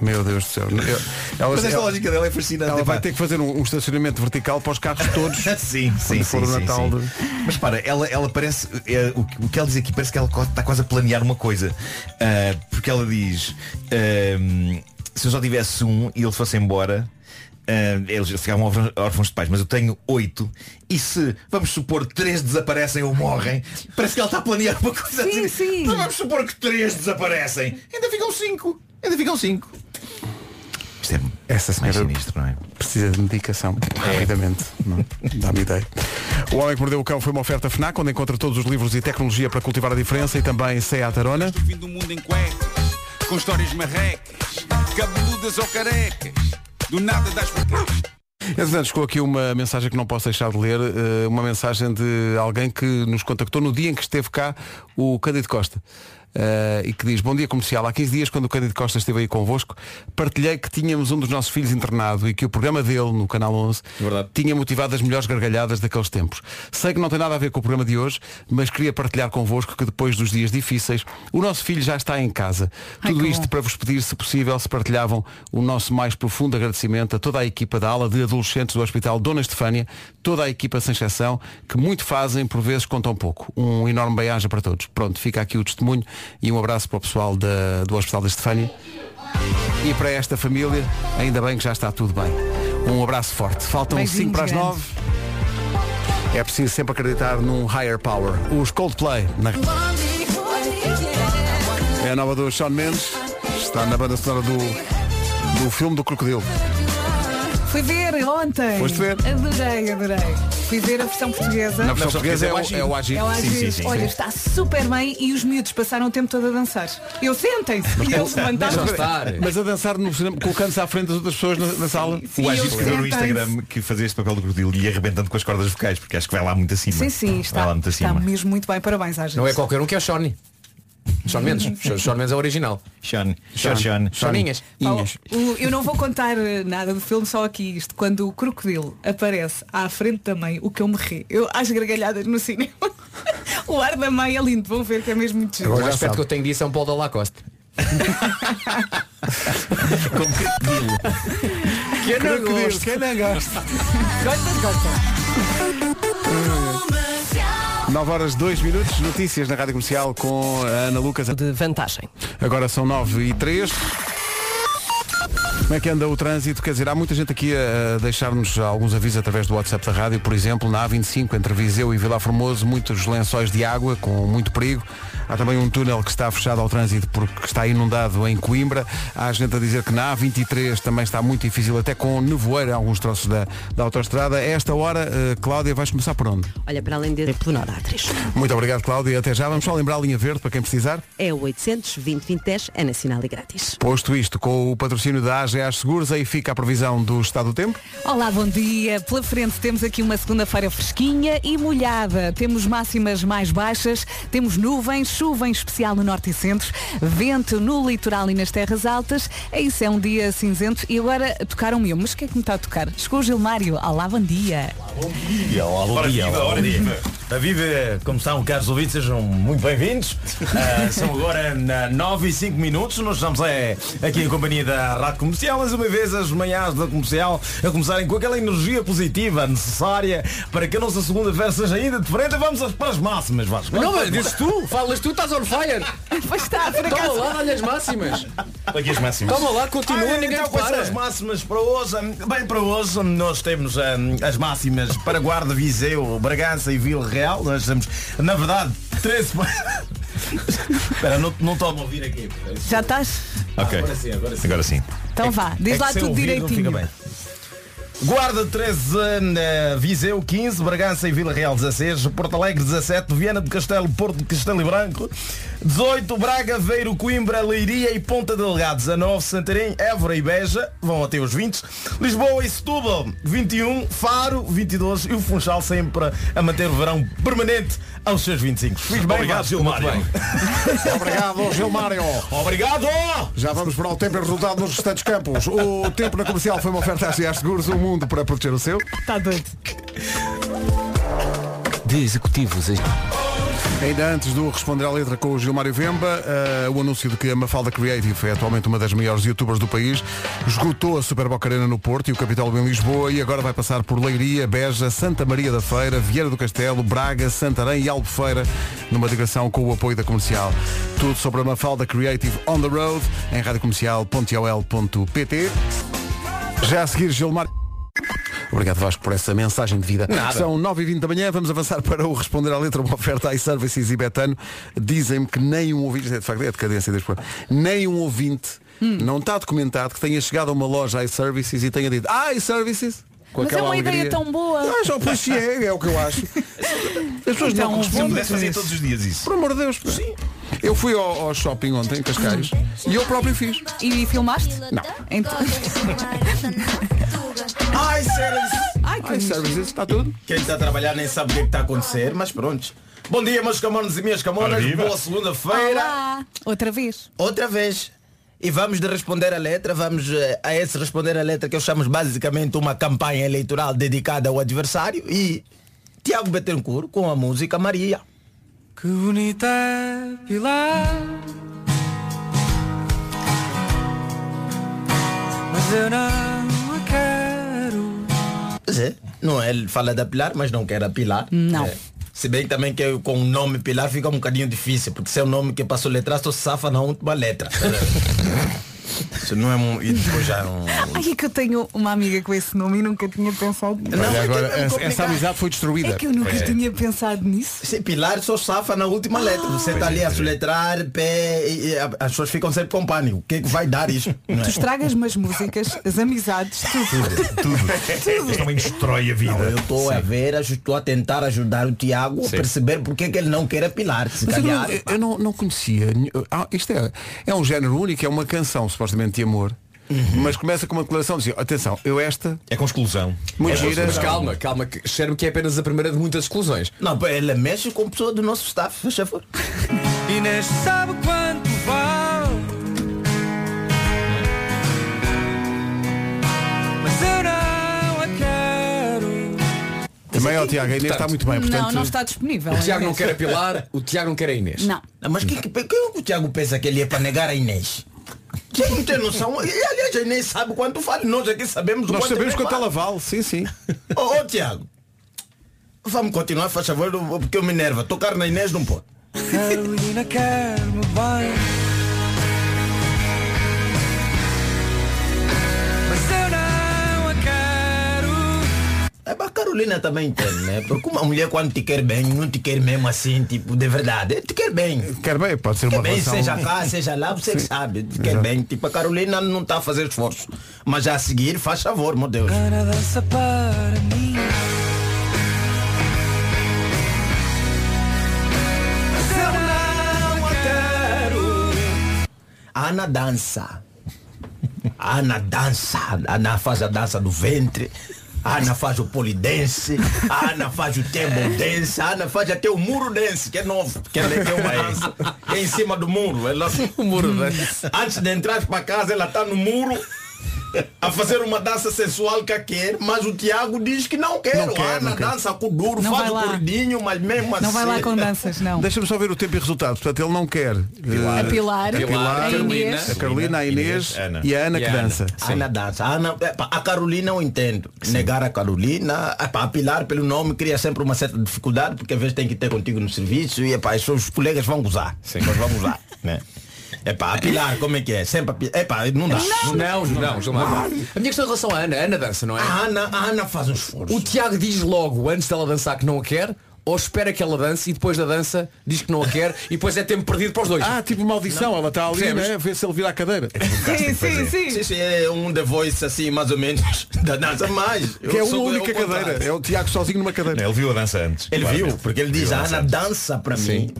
Meu Deus do céu. Eu- elas-
Mas esta
ela,
lógica dela é fascinante.
ela
epá.
vai ter que fazer um, um estacionamento vertical para os carros todos.
sim, sim,
Quando for
sim,
o
sim,
Natal
sim. Mas para, ela, ela parece, é, o, que, o que ela diz aqui parece que ela co- está quase a planear uma coisa. Ah, porque ela diz, ahm, se eu só tivesse um e ele fosse embora, ah, eles ficavam órfãos- órfãos de pais, mas eu tenho oito e se, vamos supor, três desaparecem ou morrem, parece que ela está a planear uma coisa
Sim,
assim.
sim.
Mas vamos supor que três desaparecem. Ainda ficam cinco. Ainda ficam cinco. Isto é
Essa
mais
senhora-
sinistro, não é?
Precisa de medicação, rapidamente. não Dá-me ideia. O Homem que Mordeu o Cão foi uma oferta FNAC, onde encontra todos os livros e tecnologia para cultivar a diferença e também Seat Arona.
do fim do mundo em cuecas, com histórias marrecas, cabeludas ou carecas, do nada das facas.
Entretanto, chegou aqui uma mensagem que não posso deixar de ler, eh, uma mensagem de alguém que nos contactou no dia em que esteve cá o Cândido Costa. eh, e que diz, bom dia comercial, há 15 dias quando o Cândido Costa esteve aí convosco partilhei que tínhamos um dos nossos filhos internado e que o programa dele no Canal 11
Verdade.
tinha motivado as melhores gargalhadas daqueles tempos sei que não tem nada a ver com o programa de hoje mas queria partilhar convosco que depois dos dias difíceis o nosso filho já está em casa
Ai,
tudo
que
isto
bom.
para vos pedir, se possível, se partilhavam o nosso mais profundo agradecimento a toda a equipa da ala de adolescentes do Hospital Dona Estefânia, toda a equipa sem exceção, que muito fazem, por vezes contam pouco. Um enorme bem-aja para todos. Pronto, fica aqui o testemunho e um abraço para o pessoal da- do Hospital da Estefânia. E para esta família, ainda bem que já está tudo bem. Um abraço forte. Faltam
Beijinhos
5 para as
grandes.
9. É preciso sempre acreditar num higher power. Os Coldplay na é a nova do Sean Mendes. Está na banda sonora do, do filme do Crocodilo.
Fui ver ontem.
Foste ver?
Adorei, adorei. Fui ver a versão portuguesa.
Na versão
só
portuguesa é
quer
o,
dizer,
é o Agir.
É lá
Sim,
giro.
sim, sim,
Olha,
sim.
está super bem e os miúdos passaram o tempo todo a dançar. Eu sentem-se e eles
Deixa
levantaram.
estar.
Mas a dançar no cinema, colocando-se à frente das outras pessoas na, na sala.
Sim,
O
eu
Agir escreveu no
sentem-se.
Instagram que fazia este papel do crocodilo e ia arrebentando com as cordas vocais, porque acho que vai lá muito acima.
Sim, sim,
Vai
está,
lá muito
está
acima.
mesmo muito bem. Parabéns, Agir.
Não é qualquer um que é o Shawnee. Sean Mendes. Sean Mendes é o original.
Sean,
Sean.
Sean, Sean.
Soninhas.
Paulo, o- eu não vou contar eh, nada do filme, só aqui isto. Quando o crocodilo aparece à frente da mãe, o que eu me ri. Eu às gargalhadas no cinema. o ar da mãe é lindo, vão ver que é mesmo muito giro.
O
Agora
mais
já
perto
sabe.
que eu tenho disso é um Paulo da Lacoste.
Com crocodilo.
Que não gosto. Que não gosto. 9 horas 2 minutos, notícias na Rádio Comercial com a Ana Lucas.
De vantagem.
Agora são 9 e 3. Como é que anda o trânsito? Quer dizer, há muita gente aqui a a deixar-nos alguns avisos através do WhatsApp da rádio. Por exemplo, na A25, entre Viseu e Vila Formoso, muitos lençóis de água com muito perigo. Há também um túnel que está fechado ao trânsito porque está inundado em Coimbra. Há gente a dizer que na A23 também está muito difícil, até com nevoeiro em alguns troços da, da autoestrada. A esta hora, eh, Cláudia, vais começar por onde?
Olha, para além de É pelo nó da A3.
Muito obrigado, Cláudia. Até já. Vamos só lembrar a linha verde para quem precisar.
É o 800 20 20 10, é nacional e grátis.
Posto isto, com o patrocínio da AGA Seguros, aí fica a previsão do estado do tempo.
Olá, bom dia. Pela frente temos aqui uma segunda-feira fresquinha e molhada. Temos máximas mais baixas, temos nuvens, chuva em especial no norte e centro, vento no litoral e nas terras altas. É isso, é um dia cinzento. E agora tocaram-me eu. Mas o que é que me está a tocar? Chegou o Gilmário. Olá, bom dia.
Hora viva, hora viva.
A viva, como estão, caros ouvintes, sejam muito bem-vindos. Ah, são agora na 9 e 5 minutos. Nós estamos é, aqui em companhia da Rádio Comercial, mais uma vez as manhãs da comercial a começarem com aquela energia positiva necessária para que a nossa segunda-feira seja ainda diferente. Vamos às- para as máximas, Vasco.
Não,
Vamos para
mas
as
dizes tu, falas tu, estás on fire.
Pois está, por
Toma
acaso.
lá, olha as máximas.
Aqui as máximas.
Toma lá, continua,
Ah, é,
Olha,
ninguém
então,
te
quais são
para.
as máximas para hoje? Bem, para hoje nós temos hum, as máximas para Guarda, Viseu, Bragança e Vila Real. Nós temos, na verdade, 13... Espera, não não estou a me ouvir aqui.
Já estás?
Ok.
Agora sim, agora sim.
Agora sim.
Então vá, diz
É
lá
que sem
tudo
ouvir não
direitinho.
fica bem. Guarda 13, eh, Viseu 15, Bragança e Vila Real 16, Porto Alegre 17, Viana do Castelo, Porto de Castelo e Branco 18, Braga, Veiro, Coimbra, Leiria e Ponta Delgado 19, Santarém, Évora e Beja vão até os 20, Lisboa e Setúbal 21, Faro 22 e o Funchal sempre a manter o verão permanente aos seus 25. Fiz bem,
Obrigado,
Vasco?
Gilmário.
Muito bem.
Obrigado, Gilmário.
Obrigado!
Já vamos para o tempo e resultado nos restantes campos. O tempo na comercial foi uma oferta à Ciar Seguros, o mundo para proteger o seu.
Está Tá doido.
De executivos.
Ainda antes do Responder à Letra com o Gilmário Vemba, eh, o anúncio de que a Mafalda Creative é atualmente uma das maiores youtubers do país, esgotou a Super Boca Arena no Porto e o Capitólio em Lisboa e agora vai passar por Leiria, Beja, Santa Maria da Feira, Vieira do Castelo, Braga, Santarém e Albufeira, numa digressão com o apoio da Comercial. Tudo sobre a Mafalda Creative on the road em radiocomercial.ol.pt Já a seguir, Gilmário... Obrigado Vasco por essa mensagem de vida. São 9h20 da manhã, vamos avançar para o responder à letra uma oferta iServices e Betano. Dizem-me que nem um ouvinte, de facto é a decadência deste programa, nem um ouvinte
Hum.
não está documentado que tenha chegado a uma loja iServices e tenha dito ah, iServices. Com
Mas é
aquela
uma ideia
alegria.
tão boa.
Ah, já, pois sim, é, é o que eu acho. As pessoas
Então,
não
Se eu
correspondem.
pudesse fazer todos os dias isso.
Por amor de Deus. Sim. Eu fui ao, ao shopping ontem, em Cascais, e eu próprio fiz.
E filmaste?
Não.
Então...
Ai, sério!
Ai, que lindo.
iServices, está tudo?
Quem está a trabalhar nem sabe o que é que está a acontecer, mas pronto. Bom dia, meus camões e minhas camonas.
Arriba.
Boa segunda-feira.
Olá. Outra vez.
Outra vez. E vamos de responder a letra, vamos eh, a esse responder a letra que eu chamo basicamente uma campanha eleitoral dedicada ao adversário e Tiago Betancourt com a música Maria.
Que bonita é Pilar Mas eu não a quero
Quer dizer, Não é, ele fala da Pilar, mas não quer a Pilar.
Não.
É. Se bem também que eu, com o nome Pilar fica um bocadinho difícil, porque se é um nome que passou letra, só safa na última letra. Isso não é um. E depois já é um.
Ai, é que eu tenho uma amiga com esse nome e nunca tinha pensado nisso.
Não, é que
agora,
é tão
essa,
complicado.
essa amizade foi destruída.
É que eu nunca
É.
tinha pensado nisso.
Sim, pilar só safa na
Ah.
última letra. Você está
é,
ali a soletrar, pé, e, e a- as pessoas ficam sempre com pânico. O que é que vai dar isto? Não é?
Tu estragas-me as músicas, as amizades, tudo.
Tudo. Também destrói a vida.
Eu estou a ver, eu estou a tentar ajudar o Tiago a
Sim.
perceber porque é que ele não quer a pilar. Se
Mas eu não,
calhar.
eu não, não conhecia. nenhum- Ah, isto é, é um género único, é uma canção supostamente de amor. Mas começa com uma declaração de dizer, atenção, eu esta,
É com exclusão.
muito
É com
gira.
exclusão.
Calma, calma, que cheiro-me que é apenas a primeira de muitas exclusões.
Não, pá, ele mexe com pessoa do nosso staff, por favor.
Inês sabe quanto vale Mas eu não a quero
Também ao Tiago, a Inês está
Portanto,
muito bem, portanto.
não, não está disponível.
O Tiago não
Inês.
quer a Pilar, o Tiago não quer a Inês.
Não.
Não, mas quem, que- quem é que o Tiago pensa que ele é para negar a Inês? Tiago não tem noção. E aliás, a Inês sabe quanto vale. Nós aqui sabemos o
Nós
quanto
sabemos quanto
vale.
ela vale, sim, sim.
Ô oh, Tiago, vamos continuar, faz favor, porque eu me enerva. Tocar na Inês não pode.
Carolina quer-me bem Mas eu não a quero
É, mas a Carolina também tem, né? Porque uma mulher quando te quer bem, não te quer mesmo assim, tipo, de verdade. Ele Te quer bem.
Quer bem, pode ser uma
Quer bem,
relação.
seja cá, seja lá, você que sabe. Te quer bem. Tipo, a Carolina não está a fazer esforço. Mas já a seguir, faz favor, meu Deus.
Ana dança para mim Mas eu não a quero
Ana dança. Ana dança. Ana faz a dança do ventre. Ana faz o polidense, Ana faz o table dance, Ana faz até o muro dance, que é novo, que ela tem uma dança que é em cima do muro. Ela,
O muro,
antes de entrar para casa, ela está no tá muro
a fazer uma dança sensual que a quer, mas o Tiago diz que não quer.
Não
o
quer,
Ana
não quer.
dança com o duro,
Não
faz
vai
o
lá.
gordinho, mas mesmo assim.
Não vai lá com danças, não.
Deixa-me só ver o tempo e resultado. Portanto, ele não quer.
A
Pilar,
Pilar,
a, Pilar,
a Inês.
a Carolina, a Inês,
Ana.
e a Ana
E
que
a Ana.
dança.
Ana dança. A, Ana, epá, a Carolina eu entendo. Negar a Carolina, epá, a Pilar pelo nome cria sempre uma certa dificuldade, porque às vezes tem que ter contigo no serviço e epá, os seus colegas vão gozar. Nós vamos gozar. Né? Epá, a Pilar, como é que é? Sempre a Pilar. Epá, não dá.
Não, não, Gilmar. A minha questão em relação à Ana, a Ana dança,
Ah.
não é?
A Ana, a Ana faz um esforço.
O Tiago diz logo, antes dela dançar, que não a quer, ou espera que ela dance e depois da dança diz que não a quer e depois é tempo perdido para os dois.
Ah, tipo maldição, ela está ali,
Percebes?
né? Vê se ele vira a cadeira.
Sim, sim, sim.
Sim, sim, é um The Voice assim, mais ou menos, da dança, mas... eu
Que é uma
sou-
única
o contrário.
cadeira. É o Tiago sozinho numa cadeira.
Ele viu a dança antes.
Ele
claramente.
viu, porque ele diz,
Viu
a Ana
antes.
dança para mim,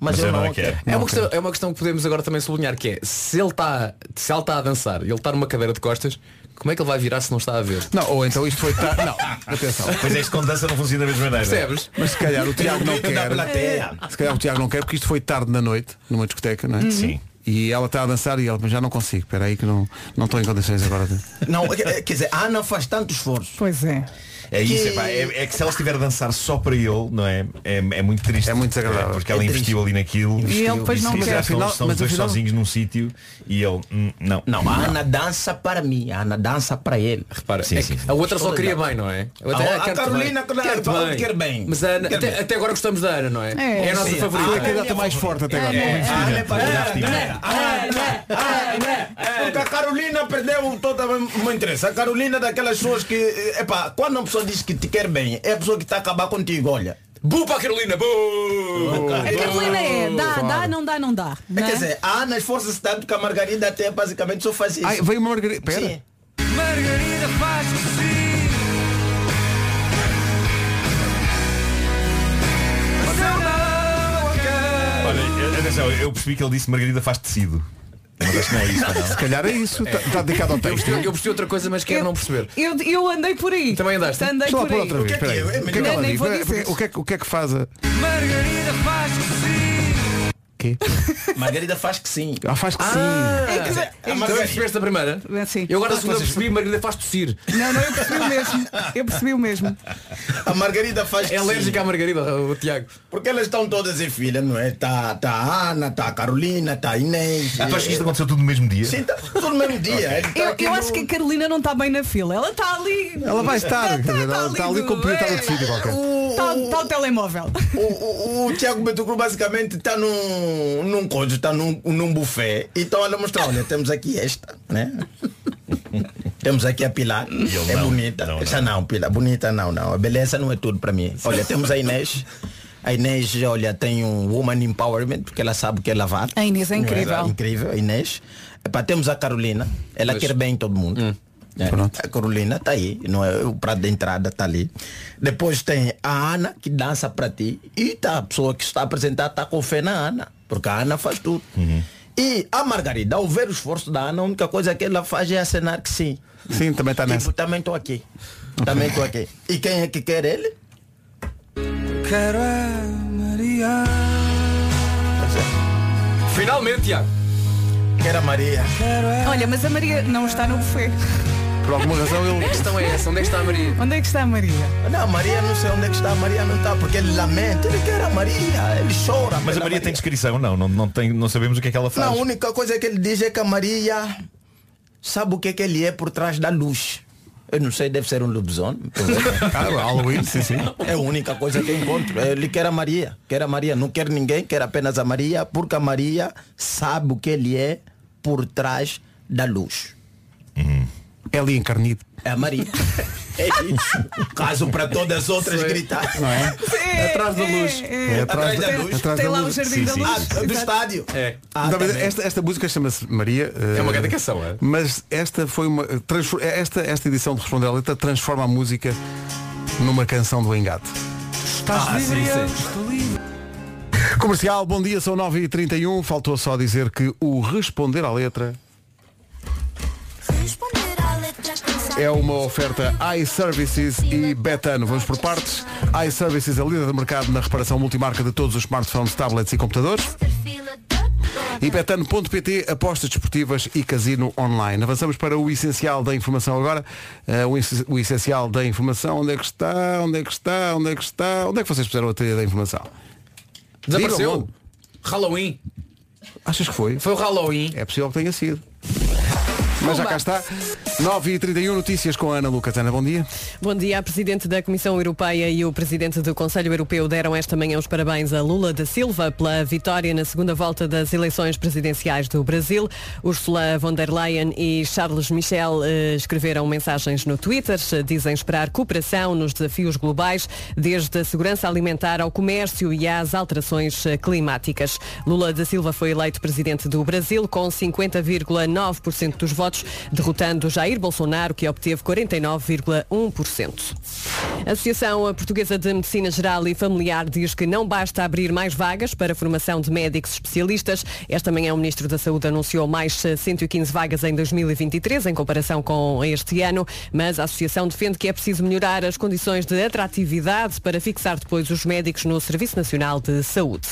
mas,
Mas
eu não
a
a quero.
É uma, questão, é uma questão que podemos agora também sublinhar que é se ele está se ela está a dançar e ele está numa cadeira de costas como é que ele vai virar se não está a ver
Não, ou então isto foi. ta- Não, atenção.
Pois é, isto com dança não funciona da mesma maneira.
percebes
Mas se calhar o Tiago não
grito da
quer.
plateia.
Se calhar o Tiago não quer porque isto foi tarde na noite, numa discoteca, não é?
Sim.
E ela está a dançar e ela, mas já não consigo, espera aí que não, não estou em condições agora de.
Não, é- é- quer dizer, a Ana faz tanto esforço.
Pois é.
É isso, é, pá, é, é que se ela estiver a dançar só para ele, não é? É, é muito triste.
É muito desagradável.
Porque ela
É
investiu ali naquilo.
E ele depois não
Sim,
quer.
já estão-
Afinal-
Estão os
mas
dois
afinal-
sozinhos num sítio e ele. hum, não.
Não, a Ana dança para mim, a Ana dança para ele.
Para,
Sim,
é
sim.
que a outra só queria bem não é outra,
A-
ah,
a
quero-te
Carolina,
bem.
claro,
Quero-te
ela quer bem.
mas a Ana,
Quer
até,
bem.
até agora gostamos da Ana não é
É,
a nossa
sim.
favorita
A candidata mais forte até agora.
A Ana é para
Ana,
Porque a Carolina perdeu toda o meu interesse. A Carolina é daquelas pessoas que, eh, epá, quando uma pessoa diz que te quer bem, é a pessoa que está a acabar contigo, olha.
bu para a Carolina bu
A Carolina é, dá, dá, não dá, não dá.
É,
não
Né?
Quer
é?
dizer, a Ana esforça-se tanto que a Margarida até basicamente só faz isso.
Ai, veio uma margarida. Pera.
Sim.
Margarida faz assim. Mas eu não a quero.
Olha, eu- atenção, eu percebi que ele disse Margarida faz tecido. Mas acho que não é isso, não.
Se calhar é isso. Está dedicado ao texto.
eu percebi outra coisa mas quero não perceber
Eu, eu andei por aí.
Também andaste?
Andei
Deixa lá
por
pôr
aí.
outra vez.
que é
Espera aí.
que
O
é?
que é que ela
Nem
diz?
vou
O que é-
dizer.
O que é que- o que é que faz a.
Margarida faz assim.
Margarida faz que sim.
Ah, faz que sim.
Ah,
É que- é que-
A
Também
Margarida.
percebeste a primeira?
É, sim.
Eu agora a segunda percebi, Margarida faz tossir.
Não, não, eu percebi o mesmo. Eu percebi o mesmo.
A Margarida faz
É alérgica à Margarida, o Tiago.
Porque elas estão todas em filha, não é? Tá, tá a Ana, tá a Carolina, tá a Inês.
Ah, tu achas que isto
Eh,
aconteceu tudo no mesmo dia?
Sim, tá tudo no mesmo dia. Ele tá
Eu,
aqui
eu
no-
acho que a Carolina não está bem na fila. Ela está ali. Tá,
Ela vai estar. quer
Está
dizer, Ela está ali com o proprietário de sítio qualquer.
Está Tá, o telemóvel.
O, o, o Tiago Betucru basicamente está num, num cojo, está num, num buffet e estão a lhe mostrar, olha, temos aqui esta, né? temos aqui a Pilar,
ele
é
não,
bonita.
não,
Essa não, Pilar, bonita não, não. A beleza não é tudo para mim. Olha, temos a Inês. A Inês, olha, tem um woman empowerment, porque ela sabe o que é lavar.
A Inês é
Não
incrível.
incrível, a Inês. Epá, temos a Carolina, ela quer bem todo mundo. É, A Carolina está aí, não é? o prato de entrada está ali. Depois tem a Ana, que dança para ti. E tá, a pessoa que está a apresentar está com fé na Ana, porque a Ana faz tudo. E a Margarida, ao ver o esforço da Ana, a única coisa que ela faz é acenar que sim.
Sim, também está Tá nessa.
Tipo, também estou aqui. Também estou aqui. E quem é que quer ele?
Quero é Maria.
Finalmente, Tiago.
Quer a Maria.
Ah.
Olha, mas a Maria não está no buffet.
Por alguma razão ele.
A questão é essa, onde é que está a Maria?
Onde é que está a Maria?
Não, a Maria não sei onde é que está, a Maria não está, porque ele lamenta, ele quer a Maria, ele chora.
Mas a
pela
Maria tem descrição, não, não, não, tem, não sabemos o que é que ela faz.
Não, a única coisa que ele diz é que a Maria sabe o que é que ele é por trás da luz. Eu não sei, deve ser um lobisomem.
Claro, Halloween, sim, sim.
É a única coisa que eu encontro. Ele quer a Maria. Quer a Maria. Não quer ninguém, quer apenas a Maria, porque a Maria sabe o que ele é por trás da luz.
É ali encarnido.
É a Maria. É isso. Caso para todas as outras gritar.
Não é?
Atrás da luz.
É atrás,
Atrás da luz.
atrás
Tem
da
lá o
luz.
jardim da luz.
Ah, do estádio.
É.
Ah,
Não, mas
também.
esta, esta música chama-se Maria. eh,
É uma grande canção, é?
Mas esta foi uma. transfor- eh, Esta, esta edição de Responder à Letra transforma a música numa canção do engate.
Estás livre, eu estou livre.
Comercial, bom dia, são 9h31. Faltou só dizer que o Responder à Letra é uma oferta iServices e Betano. Vamos por partes. iServices é líder de mercado na reparação multimarca de todos os smartphones, tablets e computadores. E betano.pt, apostas desportivas e casino online. Avançamos para o essencial da informação agora. Eh, o esse- o essencial da informação, onde é que está? Onde é que está? Onde é que está? Onde é que vocês puseram a trilha da informação?
Desapareceu?
Digam-me.
Halloween.
Achas que foi?
Foi o Halloween.
É possível que tenha sido. Mas já cá está. 9h31 notícias com a Ana Lucas. Ana, bom dia.
Bom dia. A Presidente da Comissão Europeia e o Presidente do Conselho Europeu deram esta manhã os parabéns a Lula da Silva pela vitória na segunda volta das eleições presidenciais do Brasil. Ursula von der Leyen e Charles Michel eh, escreveram mensagens no Twitter. Dizem esperar cooperação nos desafios globais, desde a segurança alimentar ao comércio e às alterações eh, climáticas. Lula da Silva foi eleito Presidente do Brasil com 50,9% dos votos, derrotando Jair Bolsonaro, que obteve 49,1%. A Associação Portuguesa de Medicina Geral e Familiar diz que não basta abrir mais vagas para a formação de médicos especialistas. Esta manhã o Ministro da Saúde anunciou mais eh, 115 vagas em 2023, em comparação com este ano, mas a Associação defende que é preciso melhorar as condições de atratividade para fixar depois os médicos no Serviço Nacional de Saúde.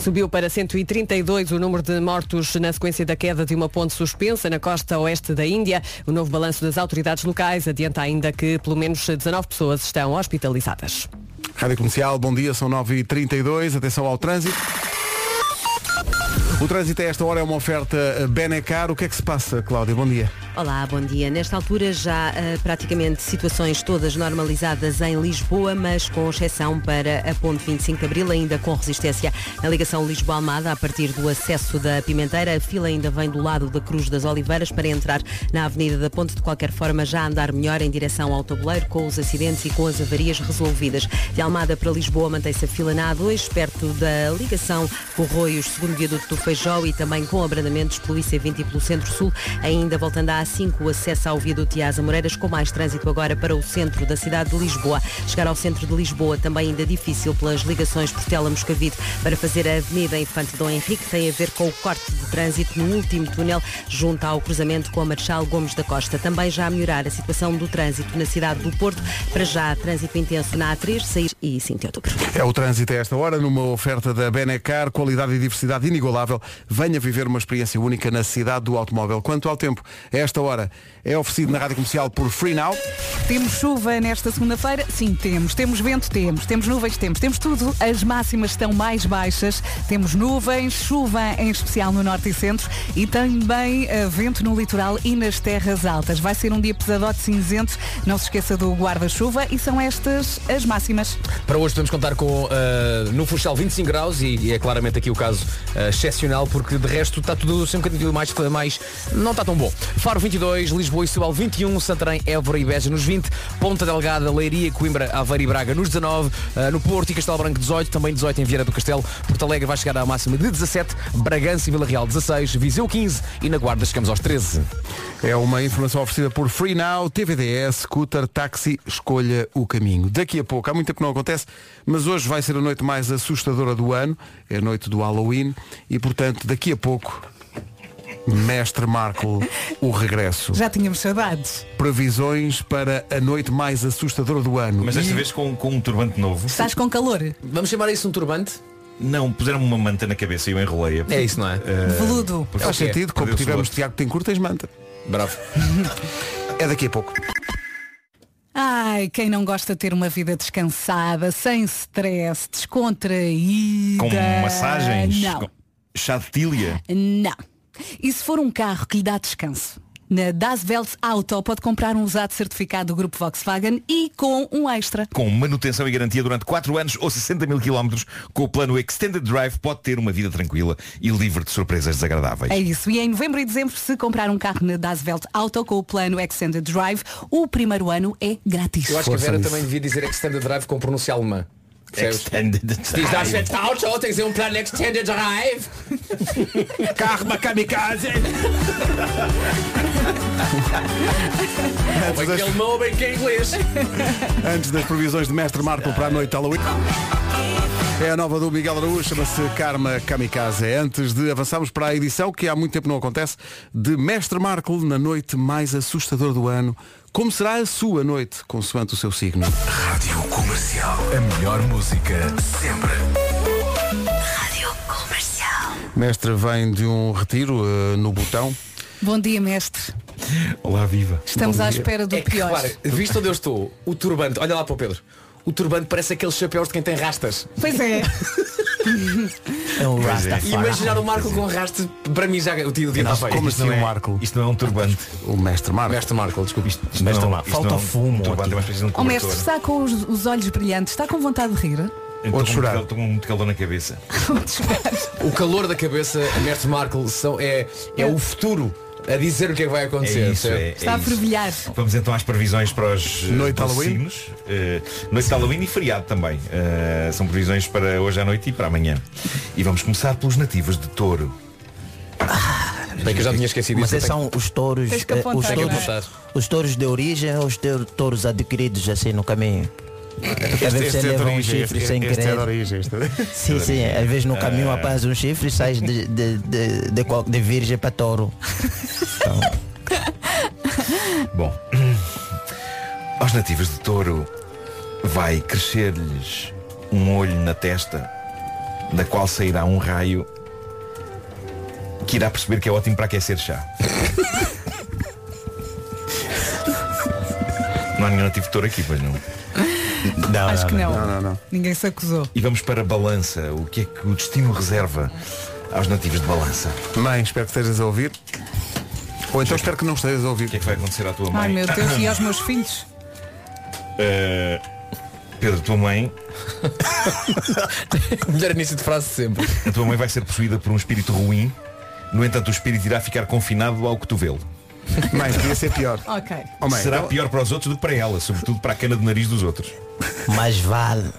Subiu para 132 o número de mortos na sequência da queda de uma ponte suspensa na costa oeste da Índia. O novo balanço das autoridades locais adianta ainda que pelo menos 19 pessoas estão hospitalizadas.
Rádio Comercial, bom dia, são 9h32, atenção ao trânsito. O trânsito a esta hora é uma oferta eh, Benecar. O que é que se passa, Cláudia? Bom dia.
Olá, bom dia. Nesta altura já eh, praticamente situações todas normalizadas em Lisboa, mas com exceção para a ponte 25 de Abril, ainda com resistência na ligação Lisboa-Almada, a partir do acesso da Pimenteira. A fila ainda vem do lado da Cruz das Oliveiras para entrar na Avenida da Ponte. De qualquer forma, já andar melhor em direção ao tabuleiro, com os acidentes e com as avarias resolvidas. De Almada para Lisboa mantém-se a fila na A2, perto da ligação Corroios, segundo viaduto do Feijó e também com abrandamentos pelo IC20 e pelo Centro-Sul. Ainda voltando à A5, o acesso ao viaduto e às Amoreiras, com mais trânsito agora para o centro da cidade de Lisboa. Chegar ao centro de Lisboa também ainda difícil pelas ligações Portela Moscavide para fazer a Avenida Infante Dom Henrique. Tem a ver com o corte de trânsito no último túnel, junto ao cruzamento com a Marchal Gomes da Costa. Também já a melhorar a situação do trânsito na cidade do Porto. Para já, trânsito intenso na A3, 6 e 5 de outubro.
É o trânsito a esta hora, numa oferta da Benecar, qualidade e diversidade inigualável. Venha viver uma experiência única na cidade do automóvel. Quanto ao tempo, a esta hora é oferecido na Rádio Comercial por Free Now.
Temos chuva nesta segunda-feira? Sim, temos. Temos vento? Temos. Temos nuvens? Temos. Temos tudo. As máximas estão mais baixas. Temos nuvens, chuva em especial no norte e centro e também eh, vento no litoral e nas terras altas. Vai ser um dia pesadote cinzento. Não se esqueça do guarda-chuva e são estas as máximas.
Para hoje podemos contar com ah, no Funchal 25 graus e, e é claramente aqui o caso ah, excepcional porque de resto está tudo sempre um bocadinho mais, mais não está tão bom. Faro 22, Lisboa e Setúbal 21, Santarém, Évora e Beja nos 20, Ponta Delgada, Leiria, Coimbra, Aveiro e Braga nos 19, ah, no Porto e Castelo Branco 18, também 18 em Vieira do Castelo, Porto Alegre vai chegar à máxima de 17, Bragança e Vila Real 16, Viseu 15 e na Guarda chegamos aos 13.
É uma informação oferecida por Free Now, TVDS, Scooter, Táxi, escolha o caminho. Daqui a pouco, há muito tempo que não acontece, mas hoje vai ser a noite mais assustadora do ano, é a noite do Halloween, e portanto, daqui a pouco, Mestre Marco, o regresso.
Já tínhamos saudades.
Previsões para a noite mais assustadora do ano.
Mas desta
E-
vez com, com um turbante novo.
Estás com calor?
Vamos chamar isso um turbante?
Não, puseram-me uma manta na cabeça e eu enrolei-a. Eh,
É isso, não é?
Veludo.
porque-
Faz sentido, como
Perdeu-se
tivemos
outro.
Tiago Tencourt, tens manta.
Bravo.
É daqui a pouco.
Ai, quem não gosta de ter uma vida descansada, sem stress, descontraída.
Com massagens?
Não.
Com chá de tília?
Não. E se for um carro que lhe dá descanso? Na Das Welt Auto pode comprar um usado certificado do grupo Volkswagen e com um extra.
Com manutenção e garantia durante 4 anos ou 60 mil quilómetros, com o plano Extended Drive pode ter uma vida tranquila e livre de surpresas desagradáveis.
É isso. E em novembro e dezembro, se comprar um carro na Das Welt Auto com o plano Extended Drive, o primeiro ano é grátis.
Eu acho que a Vera
nisso.
também devia dizer Extended Drive com pronúncia alemã. Percebes?
Extended
Diz das
Drive.
Fett Auto, tem que ser um plano Extended Drive.
Karma kamikaze!
Ou aquele alemão bem que é inglês.
Antes das previsões de Mestre Marco para a noite de Halloween. É a nova do Miguel Araújo, chama-se Karma Kamikaze. Antes de avançarmos para a edição, que há muito tempo não acontece, de Mestre Marco na noite mais assustadora do ano. Como será a sua noite, consoante o seu signo?
Rádio Comercial. A melhor música sempre.
Rádio Comercial.
Mestre vem de um retiro eh, no botão.
Bom dia, mestre.
Olá, viva.
Estamos à espera do
É que,
pior.
repara, visto onde eu estou, o turbante, olha lá para o Pedro. O turbante parece aqueles chapéus de quem tem rastas.
Pois é.
É um
Pois
Rastafari.
é. Imaginar o Marco com rastas, para mim já é o dia o dia está feito.
Como
Isto
assim
não é-
o Marco?
Isto não é um turbante.
O mestre é Marco.
Mestre Marco, desculpa. Isto,
isto
Mestre
não-
Marco,
isto
falta
não é um
fumo
turbante,
aqui.
é uma espécie de um
O mestre
cobertor.
está com os, os olhos brilhantes, está com vontade de rir.
Eu estou com muito calor- Estou com muito calor na cabeça.
O calor da cabeça, Mestre Marco, são, é, é o futuro a dizer o que é que vai acontecer.
É isso,
certo?
é- é
Está a
isso.
fervilhar.
Vamos então às previsões para os eh,
Noite de
para os
Halloween?
signos. Eh, noite de Halloween e feriado também. Eh, são previsões para hoje à noite e para amanhã. E vamos começar pelos nativos de touro.
Ah, Bem que eu já tinha esquecido
Mas
isso.
esses são os touros,
Tens
É,
que
eh,
apontar, é?
os
Tem que
touros,
apontar.
os touros de origem ou os teu- touros adquiridos assim no caminho? Às
é
vezes você leva um chifre sem
é este é
querer.
de origem. Este.
Sim, sim, às vezes no caminho
É.
apanhas um chifre e sais de, de, de, de, qual- de virgem para touro. Então.
Bom, aos nativos de touro vai crescer-lhes um olho na testa, da qual sairá um raio que irá perceber que é ótimo para aquecer chá. Não há nenhum nativo de touro aqui, pois não.
Não,
Acho
não,
que
não.
não.
Não, não, não.
Ninguém se acusou.
E vamos para a balança. O que é que o destino reserva aos nativos de balança?
Mãe, espero que estejas a ouvir. Ou então espero que não estejas a
O que é
ouvir.
que vai acontecer à tua mãe?
Ai meu Deus, e aos meus filhos?
Eh, Pedro, tua mãe,
Melhor início de frase de sempre.
a tua mãe vai ser possuída por um espírito ruim. No entanto, o espírito irá ficar confinado ao cotovelo.
Mãe, podia ser pior.
Ok.
Oh, mãe,
Será
então-
pior para os outros do que para ela, sobretudo para a cana de nariz dos outros.
Mais vale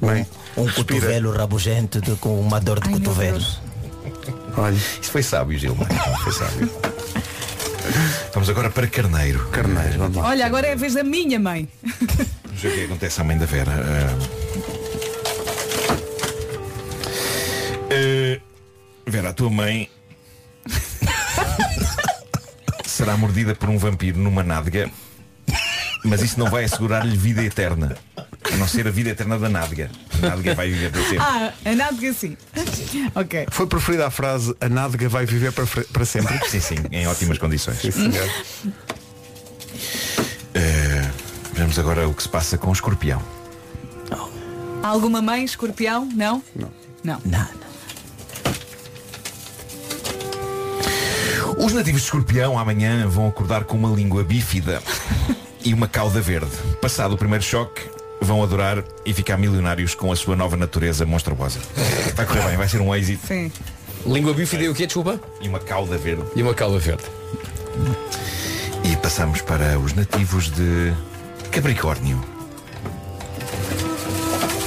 Bem,
um
respira.
cotovelo rabugento do que uma dor de
Ai, meu
cotovelo.
Deus.
Olha,
Isso foi sábio, Gilmar. Foi sábio. Vamos agora para Carneiro.
carneiro, vamos lá.
Olha, agora é a vez da minha mãe.
Vamos ver o que é que acontece à mãe da Vera. Ah. Eh, Vera, a tua mãe será mordida por um vampiro numa nádega, mas isso não vai assegurar-lhe vida eterna. A não ser a vida eterna da nádega. A nádega vai viver para sempre.
Ah, a nádega assim. Ok.
Foi preferida a frase a nádega vai viver para, fre- para sempre.
Sim, sim, em ótimas condições.
senhor.
Eh, vemos agora o que se passa com o escorpião.
Há Alguma mãe, escorpião? Não? Não. Não.
Nada.
Os nativos de escorpião amanhã vão acordar com uma língua bífida e uma cauda verde. Passado o primeiro choque, vão adorar e ficar milionários com a sua nova natureza monstruosa. Vai correr bem, vai ser um êxito.
Sim.
Língua bífida e o quê, desculpa?
E uma cauda verde.
E uma calva verde.
E passamos para os nativos de Capricórnio.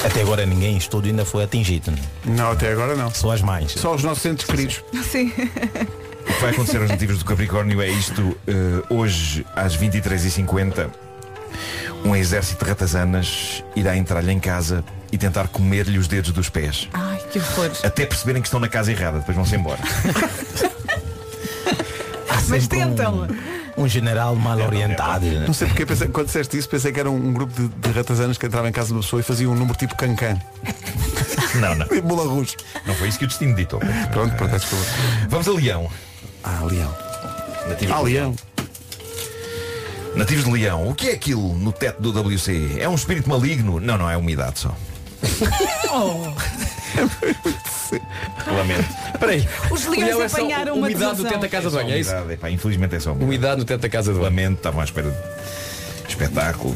Até agora ninguém em estudo ainda foi atingido. né?
Não, até agora não.
Só as mães.
Só os nossos entes queridos.
Sim.
O que vai acontecer aos nativos do Capricórnio é isto. eh, hoje, às 23h50, um exército de ratazanas irá entrar-lhe em casa e tentar comer-lhe os dedos dos pés.
Ai, que horror.
Até perceberem que estão na casa errada, depois vão-se embora.
Há
Mas
sempre
tentam.
Um, um general mal orientado. né?
Não sei porque pensei, quando disseste isso pensei que era um grupo de, de ratazanas que entrava em casa de uma pessoa e fazia um número tipo cancan.
não, não.
E bula russo.
Não foi isso que o destino ditou.
Pronto, pronto, desculpa.
Vamos a Leão.
Ah, leão.
Nativos,
Ah,
de Leão.
leão.
Nativos de Leão. O que é aquilo no teto do WC? É um espírito maligno? Não, não, é umidade só. Lamento.
Peraí.
Os leões
é só
apanharam uma
umidade no
desilusão.
teto da casa de banho, é isso?
Umidade, epá, infelizmente é só umidade.
Umidade no teto da casa de banho.
Lamento, estava à espera de espetáculo.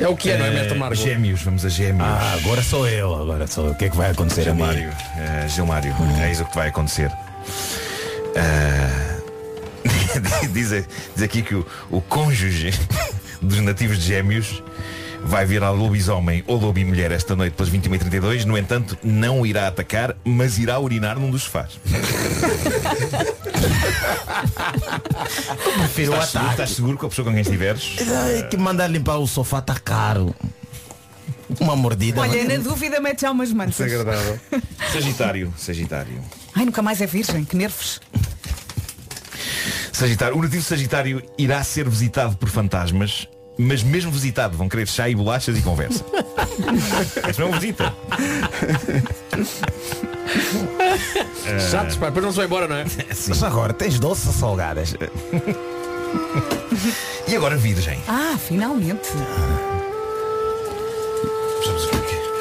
É o que é, não é,
Eh,
Mestre Marco?
Gêmeos, vamos a gêmeos.
Ah, agora sou eu, agora sou eu. O que é que vai acontecer a mim?
Gilmário, eh, Gilmário, é isso que vai acontecer. Ah, diz, a- diz aqui que o, o cônjuge dos nativos de gêmeos vai virar lobisomem ou lobimulher esta noite pelas 21h32. No entanto, não irá atacar, mas irá urinar num dos sofás.
Prefiro o
Estás seguro,
ataque.
estás seguro com a pessoa com quem estiveres?
Ai, que mandar limpar o sofá tá caro. Uma mordida.
Olha, na dúvida mete já umas mantas.
Desagradável.
Sagitário, Sagitário.
Ai, nunca mais é virgem, que nervos.
Sagitário, o nativo Sagitário irá ser visitado por fantasmas, mas mesmo visitado vão querer chá e bolachas e conversa. Mas não é uma visita.
né?
Chatos, pá, depois não se vai embora, não é?
Mas agora, tens doces ou salgadas?
e agora virgem?
Ah, finalmente.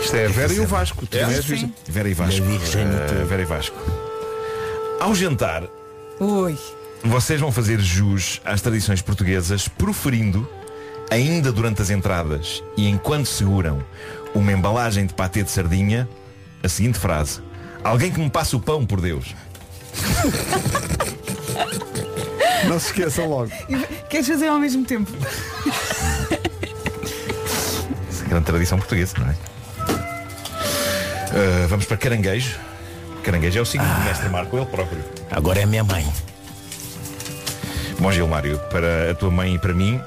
Isto é a Vera e o Vasco. Tu
É?
és virgem.
Vera e Vasco. Eh, Vera e Vasco. Ao jantar,
Ui.
vocês vão fazer jus às tradições portuguesas proferindo, ainda durante as entradas e enquanto seguram uma embalagem de patê de sardinha, a seguinte frase. Alguém que me passe o pão, por Deus.
Não se esqueçam logo.
Queres fazer ao mesmo tempo?
Essa é a grande tradição portuguesa, não é? Eh, vamos para caranguejo. Caranguejo é o signo do mestre Marco, ele próprio.
Agora é a minha mãe.
Bom Gilmário, para a tua mãe e para mim,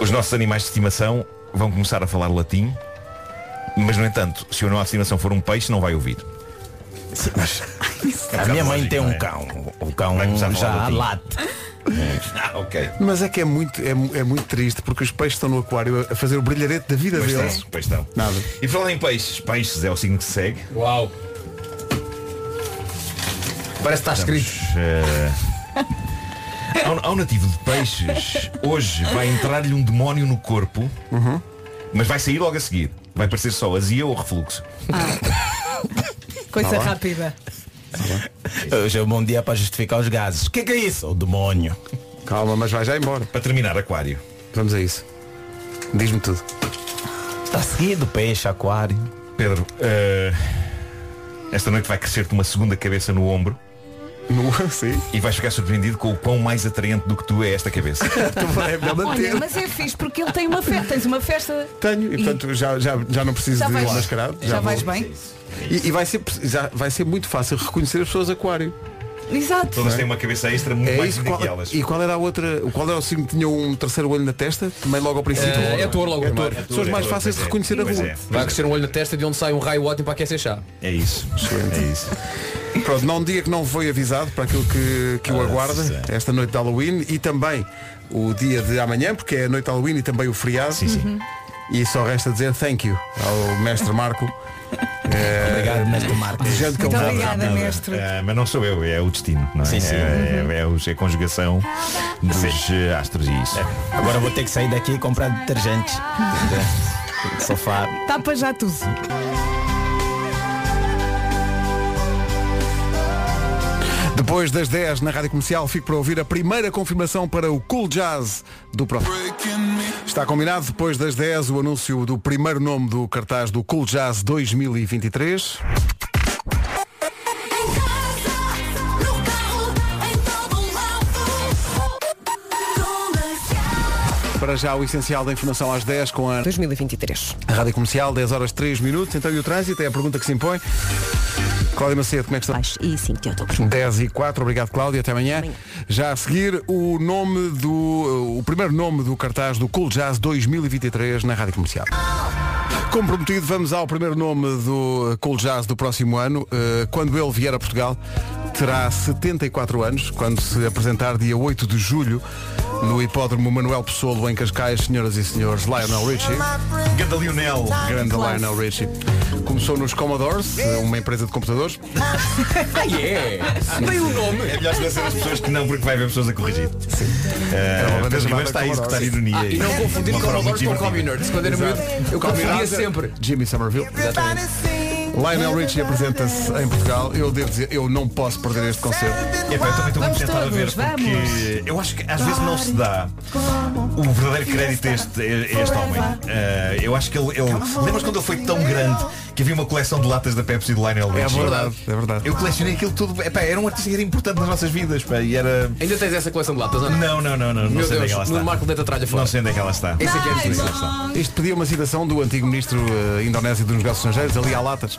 os nossos animais de estimação vão começar a falar latim, mas no entanto, se o animal de estimação for um peixe, não vai ouvir. É um
a minha
bocado
mãe
lógico,
tem um
não é?
cão. O cão
Vai começar a falar
já
latim.
late.
Ah, ok.
Mas é que é muito, é, mu- é muito triste porque os peixes estão no aquário a fazer o brilharete da vida
Pois
deles.
estão, pois estão.
é. Nada.
E falando em peixes, peixes é o signo que se segue.
Uau. Parece que está escrito.
eh, Ao, ao nativo de peixes, hoje vai entrar-lhe um demónio no corpo, mas vai sair logo a seguir. Vai parecer só azia ou refluxo.
Ah. Coisa
Tá lá.
rápida.
Hoje é um bom dia para justificar os gases. O que é que é isso? O demónio.
Calma, mas vai já embora.
Para terminar, aquário.
Vamos a isso. Diz-me tudo.
Está seguido peixe, aquário.
Pedro, eh, esta noite vai crescer-te uma segunda cabeça no ombro.
No, sim.
E vais ficar surpreendido com o quão mais atraente do que tu é esta cabeça.
É melhor manter.
Olha, mas é fixe porque ele tem uma festa. Tens uma festa.
Tenho, e portanto já, já, já não preciso
Já
de
vais-
mascarado.
já vais
vou.
bem?
E, e vai, ser, já, vai ser muito fácil reconhecer as pessoas aquário.
Exato.
Todas têm uma cabeça extra muito
É
mais
isso,
linda
qual,
que elas.
e qual era a outra? Qual era o signo que tinha um terceiro olho na testa? Também logo ao princípio.
Eh,
É, é touro logo
É
primeiro.
touro.
É
São os
é
mais
touro,
fáceis de
pois é.
reconhecer a
Pois
rua.
é.
Vai crescer um olho na testa de onde sai um raio ótimo para aquecer chá.
É isso. É isso.
Pronto, não diga que não foi avisado para aquilo que, que o aguarda
Ah, sim.
esta noite de Halloween e também o dia de amanhã, porque é a noite de Halloween e também o feriado.
Sim, sim.
E só resta dizer thank you ao mestre Marco. Eh,
Obrigado, mestre Marcos.
Desejando que é um
Muito
ele
Então,
volte
obrigada,
rápido.
mestre.
Ah, mas não sou eu, é o destino, não é?
Sim, sim.
É,
Uhum.
é- é os- é a conjugação dos eh, astros e isso.
Agora vou ter que sair daqui e comprar detergente. Sofá.
Tapa já tudo.
Depois das 10 na Rádio Comercial, fico para ouvir a primeira confirmação para o Cool Jazz do próximo. Está combinado, depois das 10, o anúncio do primeiro nome do cartaz do Cool Jazz 2023. Para já o essencial da informação às 10 com a
2023.
a Rádio Comercial, 10 horas 3 minutos. Então e o trânsito? É a pergunta que se impõe. Cláudia Macedo, como é que está?
Paz e 5 de outubro.
10 e 4, obrigado Cláudia, até amanhã.
Amanhã.
Já a seguir o nome do. o primeiro nome do cartaz do Cool Jazz 2023 na Rádio Comercial. Como prometido, vamos ao primeiro nome do Cool Jazz do próximo ano. Eh, Quando ele vier a Portugal, terá 74 anos, quando se apresentar dia 8 de julho no Hipódromo Manuel Pessoa em Cascais, senhoras e senhores, Lionel Richie.
Ganda Lionel.
Grande Lionel Richie. Começou nos Commodores, uma empresa de computadores.
Nem o nome.
É melhor esclarecer as pessoas que não, porque vai haver pessoas a corrigir. Sim.
É uma banda
Uh, Pedro
chamada
Ribeiro está a executar
Commodores.
ironia.
Ah, E não confundir
Uma
com
forma
Roberto
muito
com Common
divertida.
Nerds. Quando era miúdo, eu confundia sempre.
Jimmy Somerville. Lionel Richie apresenta-se em Portugal. Eu devo dizer, eu não posso perder este concerto.
É, pá, eu também estou
Vamos
muito tentado a ver
todos,
porque eu acho que às vezes não se dá o verdadeiro crédito a este, a este homem. Ah, eu acho que ele. ele lembras quando ele foi tão grande que havia uma coleção de latas da Pepsi de Lionel Richie?
é verdade.
Eu colecionei aquilo tudo. Epá, era um artista que era importante nas nossas vidas. pá, e era.
Ainda tens essa coleção de latas, ou não? é?
Não, não, não, não. Não
Meu
sei onde é que ela
Deus,
está.
no Marco deita a tralha fora.
Não sei onde é que ela está.
Esse aqui é
Não sei onde
difícil.
ela está.
Isto pedia uma citação do antigo ministro eh, indonésio dos negócios estrangeiros, ali há latas.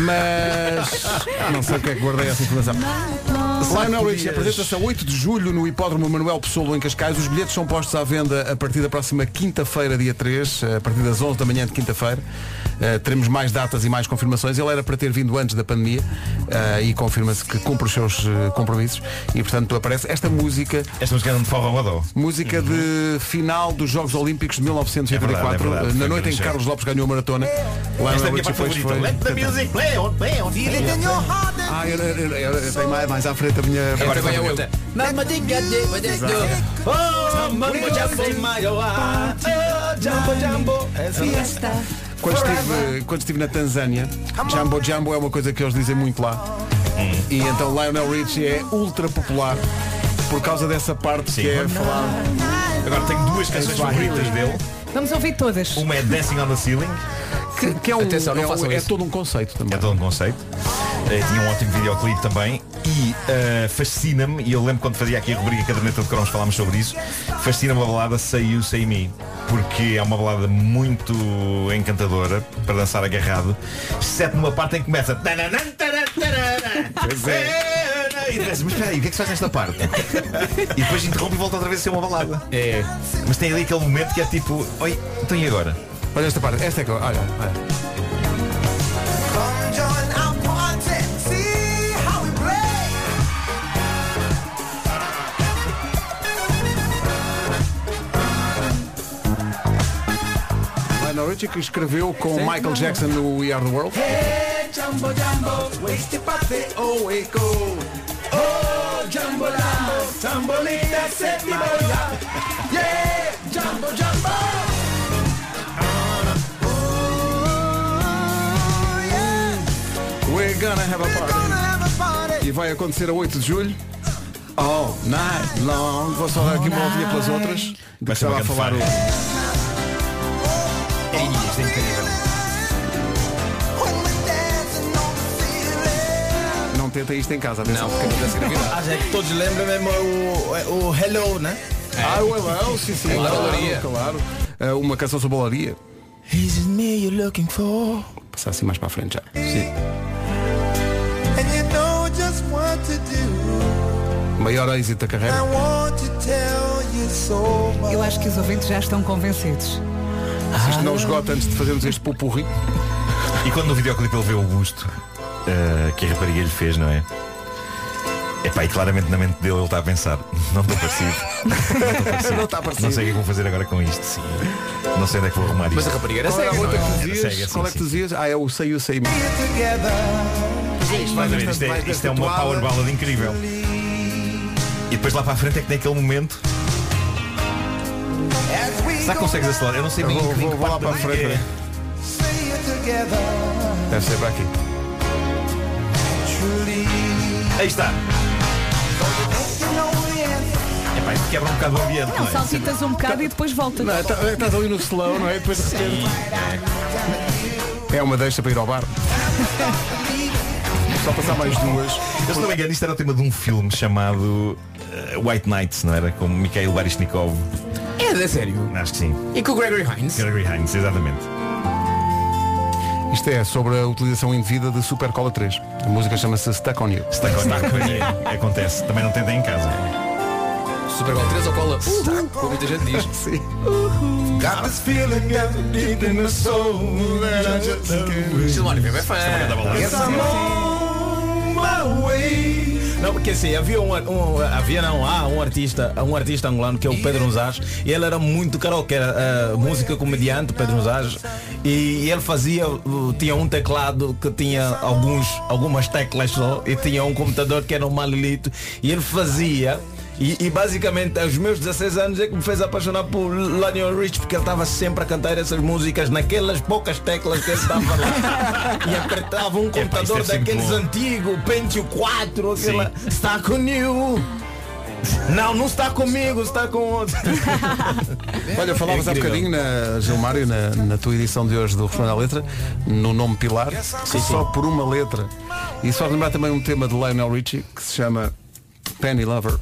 Mas não sei porque é que guardei essa informação. Lionel Richie apresenta-se a 8 de julho no Hipódromo Manuel Pessoa em Cascais. Os bilhetes eh, são postos à venda a partir da próxima quinta-feira, dia 3, a partir das 11 da manhã de quinta-feira. Eh, teremos mais datas e mais confirmações. Ele era para ter vindo antes da pandemia eh, e confirma-se que cumpre os seus eh, compromissos e, portanto, aparece esta música.
Esta música é de Forró Rodó.
Música de final dos Jogos Olímpicos de 1984,
É verdade, é verdade.
eh, na
Foi
noite em
grande
que
show.
Carlos Lopes ganhou a maratona.
Esta é a
Lionel
minha parte
Richie depois
favorita. Let the music play on, play oh, on. Feel it in your heart.
Ah, eu, eu, eu, eu tenho mais, mais à frente a minha.
Agora vai a outra.
Oh,
Quando estive, quando estive na Tanzânia, Jambo Jambo é uma coisa que eles dizem muito lá.
Hum.
E então Lionel Richie é ultra popular por causa dessa parte que é falar.
Agora tenho duas canções favoritas dele.
Vamos ouvir todas.
Uma é Dancing on the Ceiling.
Que, é um,
Atenção, não
é, um-
façam
é
isso.
todo um conceito também.
É todo um conceito. Eh, tinha um ótimo videoclipe também e eh, fascina-me, e eu lembro quando fazia aqui a rubrica Caderneta de Cromos falámos sobre isso, fascina-me a balada Say You, Say Me, porque é uma balada muito encantadora para dançar agarrado, exceto numa parte em que começa "Tananã, tará, tarará".
Pois é.
E tu pensas, mas espera aí, o que é que se faz nesta parte? e depois interrompe e volta outra vez a ser uma balada. É. Mas tem ali aquele momento que é tipo, oi, então e agora?
Olha esta parte, esta é que olha, olha. Lionel Richie que escreveu com Michael Jackson no We Are the World.
Hey, Jumbo Jumbo, wasted party, oh, we go. Oh, Jumbo Jumbo, tambolita, set me bola. Yeah, Jumbo Jumbo.
We're gonna have a party. E vai acontecer a 8 de julho. All night long. Vou só dar aqui uma ouvida pelas outras. do que
Vai ser
estava
uma
a falar
grande
o-
Ei, isto é incrível.
Não tenta isto em casa, atenção. Não,
Ah, já que todos lembram mesmo é o, o Hello, né?
Ah, o Hello, sim, sim.
Claro,
claro. Ah, uma canção sobre a olaria.
Is it me you're looking for?
Vou Passar assim mais para a frente já.
And you know just what to do.
Maior êxito
I
da carreira.
want to tell you so much.
Eu acho que os ouvintes já estão convencidos.
Se isto não esgota antes de fazermos este pupurri.
E quando no videoclipe ele vê o busto eh, que a rapariga lhe fez, não é? Epá, e claramente na mente dele ele está a pensar Não estou parecido
Não está parecido.
Não sei o que é que vou fazer agora com isto sim. Não sei onde é que vou arrumar isto
Qual é a outra que tu dizias?
Era cega, sim,
Qual é que tu dias? Ah, é o Sei You Sei Me.
Isto, mais ou menos, isto é, isto é uma power ballad incrível E depois lá para a frente é que naquele momento Será que consegues acelerar? Eu não sei bem
Vou-
em que- em
vou-
que
vou lá
parte da
para a frente, né?
música é.
Deve ser para aqui.
Aí está Epá, isto quebra um bocado o ambiente
Não,
é?
saltitas um bocado e depois voltas.
Não, tá- estás ali no slow, não é? Depois de repente. É uma deixa para ir ao bar. Só passar mais duas.
Eu se não me engano, isto era o tema de um filme chamado eh, White Nights, não era? Com Mikhail Baryshnikov.
É, é sério.
Acho que sim.
E com o Gregory Hines.
Gregory Hines, exatamente.
Isto é sobre a utilização indevida de Super Cola 3. A música chama-se Stuck on You.
Está com está com Acontece. Também não tentem em casa.
Super Bowl 3 ou cola? Uhul. Como muita gente diz.
Sim.
Got this feeling that deep in the soul that I just
Gilmónio Viva é
Isto é uma grande
fã.
balada.
Yes, I'm on my way.
Não, porque assim, havia um, um- havia não, há um artista, há um artista angolano que é o Pedro Nzás, e ele era muito karaoke, era ah, música comediante, Pedro Nzás, e, ele fazia, uh, tinha um teclado que tinha alguns, algumas teclas só, e tinha um computador que era um malilito, e ele fazia, e, e basicamente aos meus 16 anos é que me fez apaixonar por Lionel Rich, porque ele estava sempre a cantar essas músicas naquelas poucas teclas que ele estava lá. e apertava um
Epá, isso
computador
é
deve ser muito
daqueles
bom.
antigo, Pentium 4, aquela está com New. Não, não está comigo, está com outro.
Olha, falavas
É
há
incrível.
bocadinho, na, Gilmário, na, na tua edição de hoje do Refrão da Letra, no nome Pilar, só por uma letra. E só lembrar também um tema de Lionel Richie que se chama Penny Lover.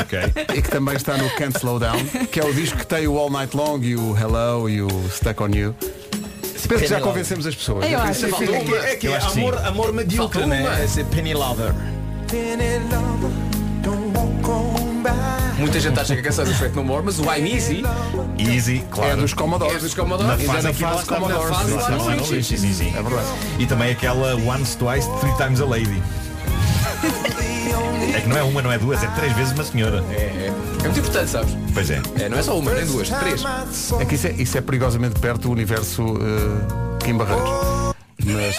Ok.
e que também está no Can't Slow Down, que é o disco que tem o All Night Long e o Hello e o Stuck on You. Penso que já convencemos as pessoas.
Eu acho
Penso
que
fica aqui.
É que
Eu
é
acho que
amor,
sim.
amor medíocre, é?
É
né? Esse Penny Lover.
Penny lover, don't walk on by.
Muita gente acha que a canção é do Faith No More, mas o I'm Easy
Easy, claro.
É dos Commodores. É dos Commodores.
Na
E já
fase
na
em que
fase
nós estamos na
Commodores,
fase
lá
dos
no
Commodores,
Richie.
sim, sim. E também aquela Once, Twice, Three Times a Lady. É que não é uma, não é duas, é três vezes uma senhora.
É, muito importante, sabes?
Pois é.
É, não é só uma, nem duas, três.
É que isso é, isso é perigosamente perto do universo eh, Kim Barreiros. Mas.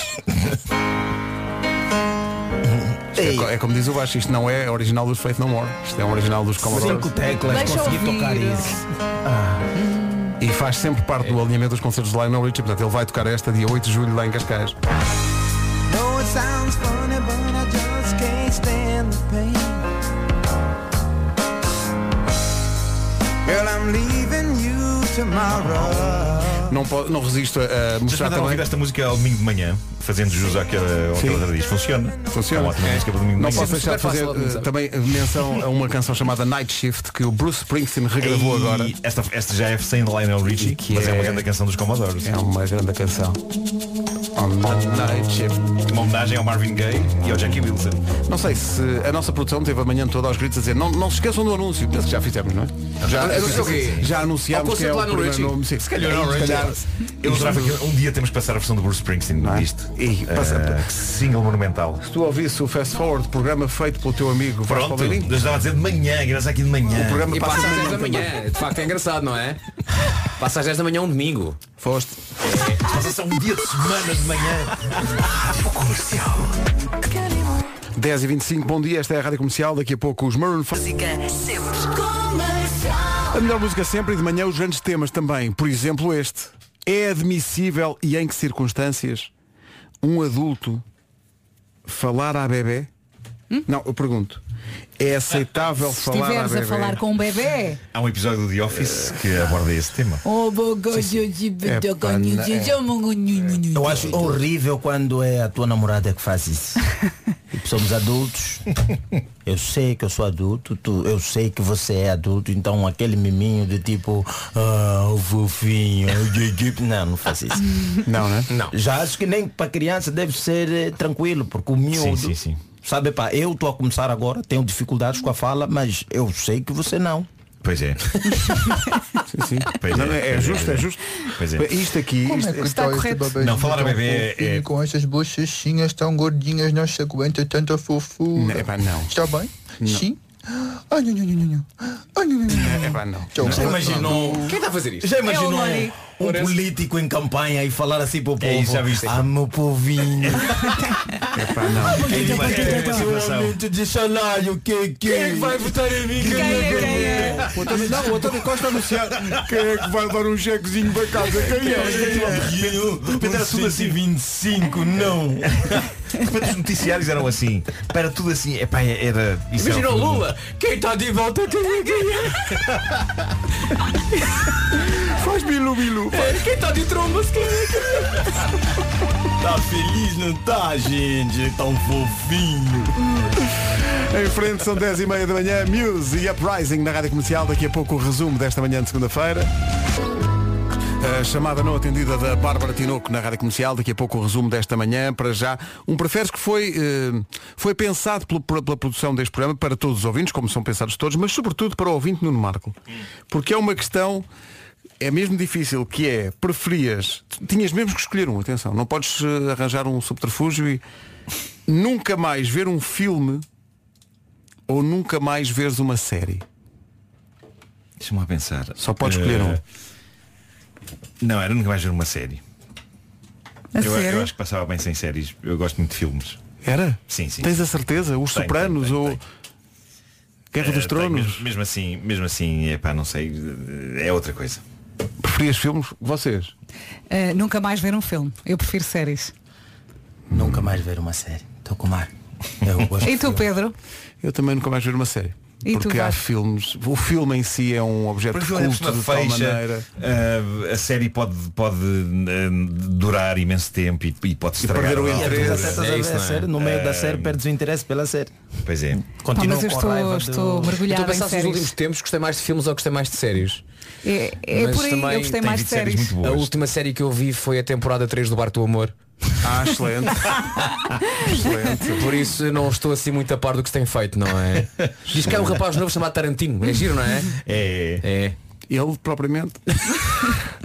Isto é, co- é como diz o Baixo, isto não é original dos Faith No More. Isto é um original dos Commodores.
Cinco teclas, Deixa consegui ouvir. tocar isso.
E faz sempre parte do alinhamento dos concertos de Lionel Richie. Portanto, ele vai tocar esta dia 8 de julho lá em Cascais.
No, it sounds funny, but I just can't stand the pain. Girl, I'm leaving you tomorrow.
Não, po- não resisto a
Vocês
mostrar
mandaram
também.
ouvir esta música ao domingo de manhã, fazendo jus àquela,
Sim.
àquela outra diz. Funciona.
Funciona.
É uma ótima música para domingo de
Não
manhã.
posso deixar de fazer eh, também menção a uma canção chamada Night Shift que o Bruce Springsteen regravou
E
agora.
Esta, esta já é sem Lionel Richie,
que
mas é...
é-
uma grande canção dos Commodores.
É uma grande canção. Night Shift.
Uma homenagem ao Marvin Gaye e ao Jackie Wilson.
Não sei se a nossa produção teve a manhã toda aos gritos a dizer não, não se esqueçam do anúncio. Penso que já fizemos, não é? Já,
Anúncio o quê?
já
Ao
anunciámos que é
concerto
o
lá no
primeiro
Richie?
nome. sim.
Se calhar
É,
não,
se
Richie.
calhar.
Eu
Isto-
jurava que um dia temos que passar a versão do Bruce Springsteen disto.
E passa-
Eh, que single monumental.
Se tu ouvisse o Fast Forward, programa feito pelo teu amigo Vasco
Pronto,
Palmeirinho,
eu estava a dizer de manhã, graças aqui de manhã.
o programa
E
passa
passa às
amanhã
10 da
também.
manhã. De facto é engraçado, não é? Passa às 10 da manhã um domingo.
Foste.
Mas esse é um dia de semana de manhã.
10 e 25 bom dia, esta é a Rádio Comercial, daqui a pouco os Maroon 5.
Música sempre comercial.
A melhor música sempre e de manhã os grandes temas também. Por exemplo, este. É admissível e em que circunstâncias um adulto falar à bebê? Não, eu pergunto. É aceitável
Hum? Se
falar à
estiveres
bebê?
a falar com um bebê,
Há um episódio do The Office que aborda esse tema.
oh,
Epá, não
é.
Eu acho horrível quando é a tua namorada que faz isso. Tipo, Somos adultos. Eu sei que eu sou adulto, tu- eu sei que você é adulto, então aquele miminho de tipo, ah, o fofinho, o Gigi", não, não faz isso.
Não, né?
Não.
Já acho que nem para criança deve ser eh, tranquilo, porque o
Sim,
miúdo,
sim, sim.
sabe, pá, eu estou a começar agora, tenho dificuldades com a fala, mas eu sei que você não.
Pois é.
Sim, sim.
Pois
Não,
é,
é,
pois
justo,
é.
é justo.
Pois é.
Isto aqui, isto,
Está correto.
Não, falar a bebê é.
Com essas bochechinhas tão gordinhas, não se aguenta tanta
Não,
fofura.
epá, não.
Está bem? Sim? Ai, não, não, não, não, não. Ai, não, não, não, não.
Epá, não.
Então,
Já imaginou?
Quem está a fazer isto?
Já imaginou
É o Lori.
um político em campanha e falar assim para o povo?
isso, já viste.
Ah, meu povinho.
Epá, não.
É uma, é uma
um
situação.
aumento de salário, que que?
Vai votar em mim,
O António, não, o António Costa anunciar quem é que vai dar um chequezinho para casa. Quem é?
De repente era tudo assim.
25, não.
De repente os noticiários eram assim. Era tudo assim. Epá, era. isso era um
Imagina o
tudo.
Lula. Quem está de volta quem é quem é?
Faz bilu bilu.
É, Quem está de trombas quem é?
Tá feliz, não tá, gente? Tão fofinho.
Em frente são 10 e meia da manhã, Muse e Uprising na Rádio Comercial. Daqui a pouco o resumo desta manhã de segunda-feira. A chamada não atendida da Bárbara Tinoco na Rádio Comercial, daqui a pouco o resumo desta manhã, para já. Um preferes que foi, eh, foi pensado pelo- pela, pela produção deste programa para todos os ouvintes, como são pensados todos, mas sobretudo para o ouvinte Nuno Marco. Porque é uma questão, é mesmo difícil, que é, preferias, tinhas mesmo que escolher um, atenção, não podes eh, arranjar um subterfúgio e nunca mais ver um filme ou nunca mais veres uma série.
Deixa-me lá pensar.
Só pode escolher
Eh,
um.
Não, era nunca mais ver uma série.
é.
A
Eu, eu
sério?
acho que passava bem sem séries. Eu gosto muito de filmes.
Era?
Sim, sim.
Tens a certeza? Os
Tenho,
Sopranos
tenho,
ou
tenho,
Guerra dos
Eh,
Tronos?
Mesmo, mesmo assim, mesmo assim, epá, não sei. É outra coisa.
Preferias filmes? Vocês?
Ah, nunca mais ver um filme. Eu prefiro séries.
Nunca mais ver uma série. Estou com mar. Eu gosto
E
de
tu,
filme.
Pedro?
Eu também nunca mais ver uma série.
E tu,
Porque há
Vasco?
filmes. O filme em si é um objeto de
Porque olha, por
culto
uma
de tal
feixa,
maneira.
eh, assim, a série pode, pode eh, durar imenso tempo e, e pode estragar.
perder o
a-
Tu
interesse.
já aceitas
É
a
isso,
ver a
não é?
série, no meio da
Eh,
série perdes o interesse pela série.
Pois é.
Pá,
Continua
mas eu
com a
estou,
raiva
estou
do...
Estou a
mergulhada em
pensar se nos últimos
séries.
tempos gostei mais de filmes ou gostei mais de séries.
É, é
Mas
por aí,
também
eu gostei
Tem
mais de
havido séries
séries.
muito
A
boas.
última série que eu vi foi a temporada 3 do Bar do Amor.
Ah, excelente.
Excelente. Por isso eu não estou assim muito a par do que se tem feito, não é? Diz que há um rapaz novo chamado Tarantino. É giro, não é?
É.
É.
Ele propriamente.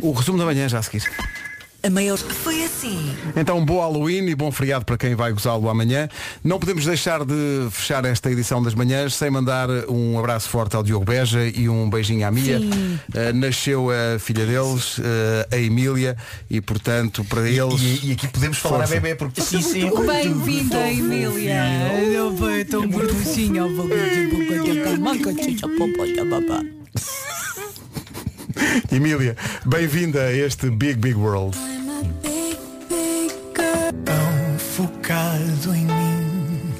o resumo da manhã já a seguir.
A maior foi assim.
Então, bom Halloween e bom feriado para quem vai gozá-lo amanhã. Não podemos deixar de fechar esta edição das manhãs sem mandar um abraço forte ao Diogo Beja e um beijinho à Mia.
Sim.
Eh, nasceu a filha deles, eh, a Emília, e portanto para eles.
E, aqui podemos falar a bebê, porque
sim, sim.
um
Bem-vinda,
assim.
Emília. Não foi
É
tão gorduchinha.
Emília, bem-vinda a este Big Big World.
Tão focado em mim,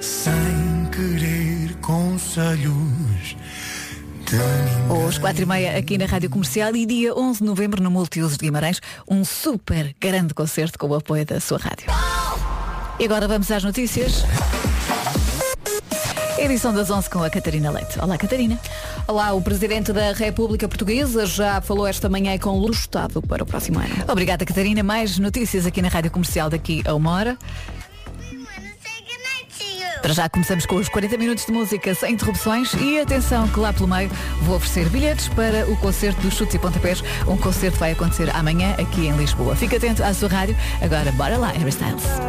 sem querer conselhos.
Hoje, 4 e meia, aqui na Rádio Comercial e dia 11 de novembro no Multiusos de Guimarães, um super grande concerto com o apoio da sua rádio. E agora vamos às notícias. Edição das 11 com a Catarina Leite. Olá, Catarina.
Olá, o Presidente da República Portuguesa já falou esta manhã com o Estado para o próximo ano.
Obrigada, Catarina. Mais notícias aqui na Rádio Comercial daqui a uma hora. Para já começamos com os 40 minutos de música sem interrupções e atenção que lá pelo meio vou oferecer bilhetes para o concerto dos Chutes e Pontapés. Um concerto vai acontecer amanhã aqui em Lisboa. Fica atento à sua rádio. Agora bora lá, Harry Styles.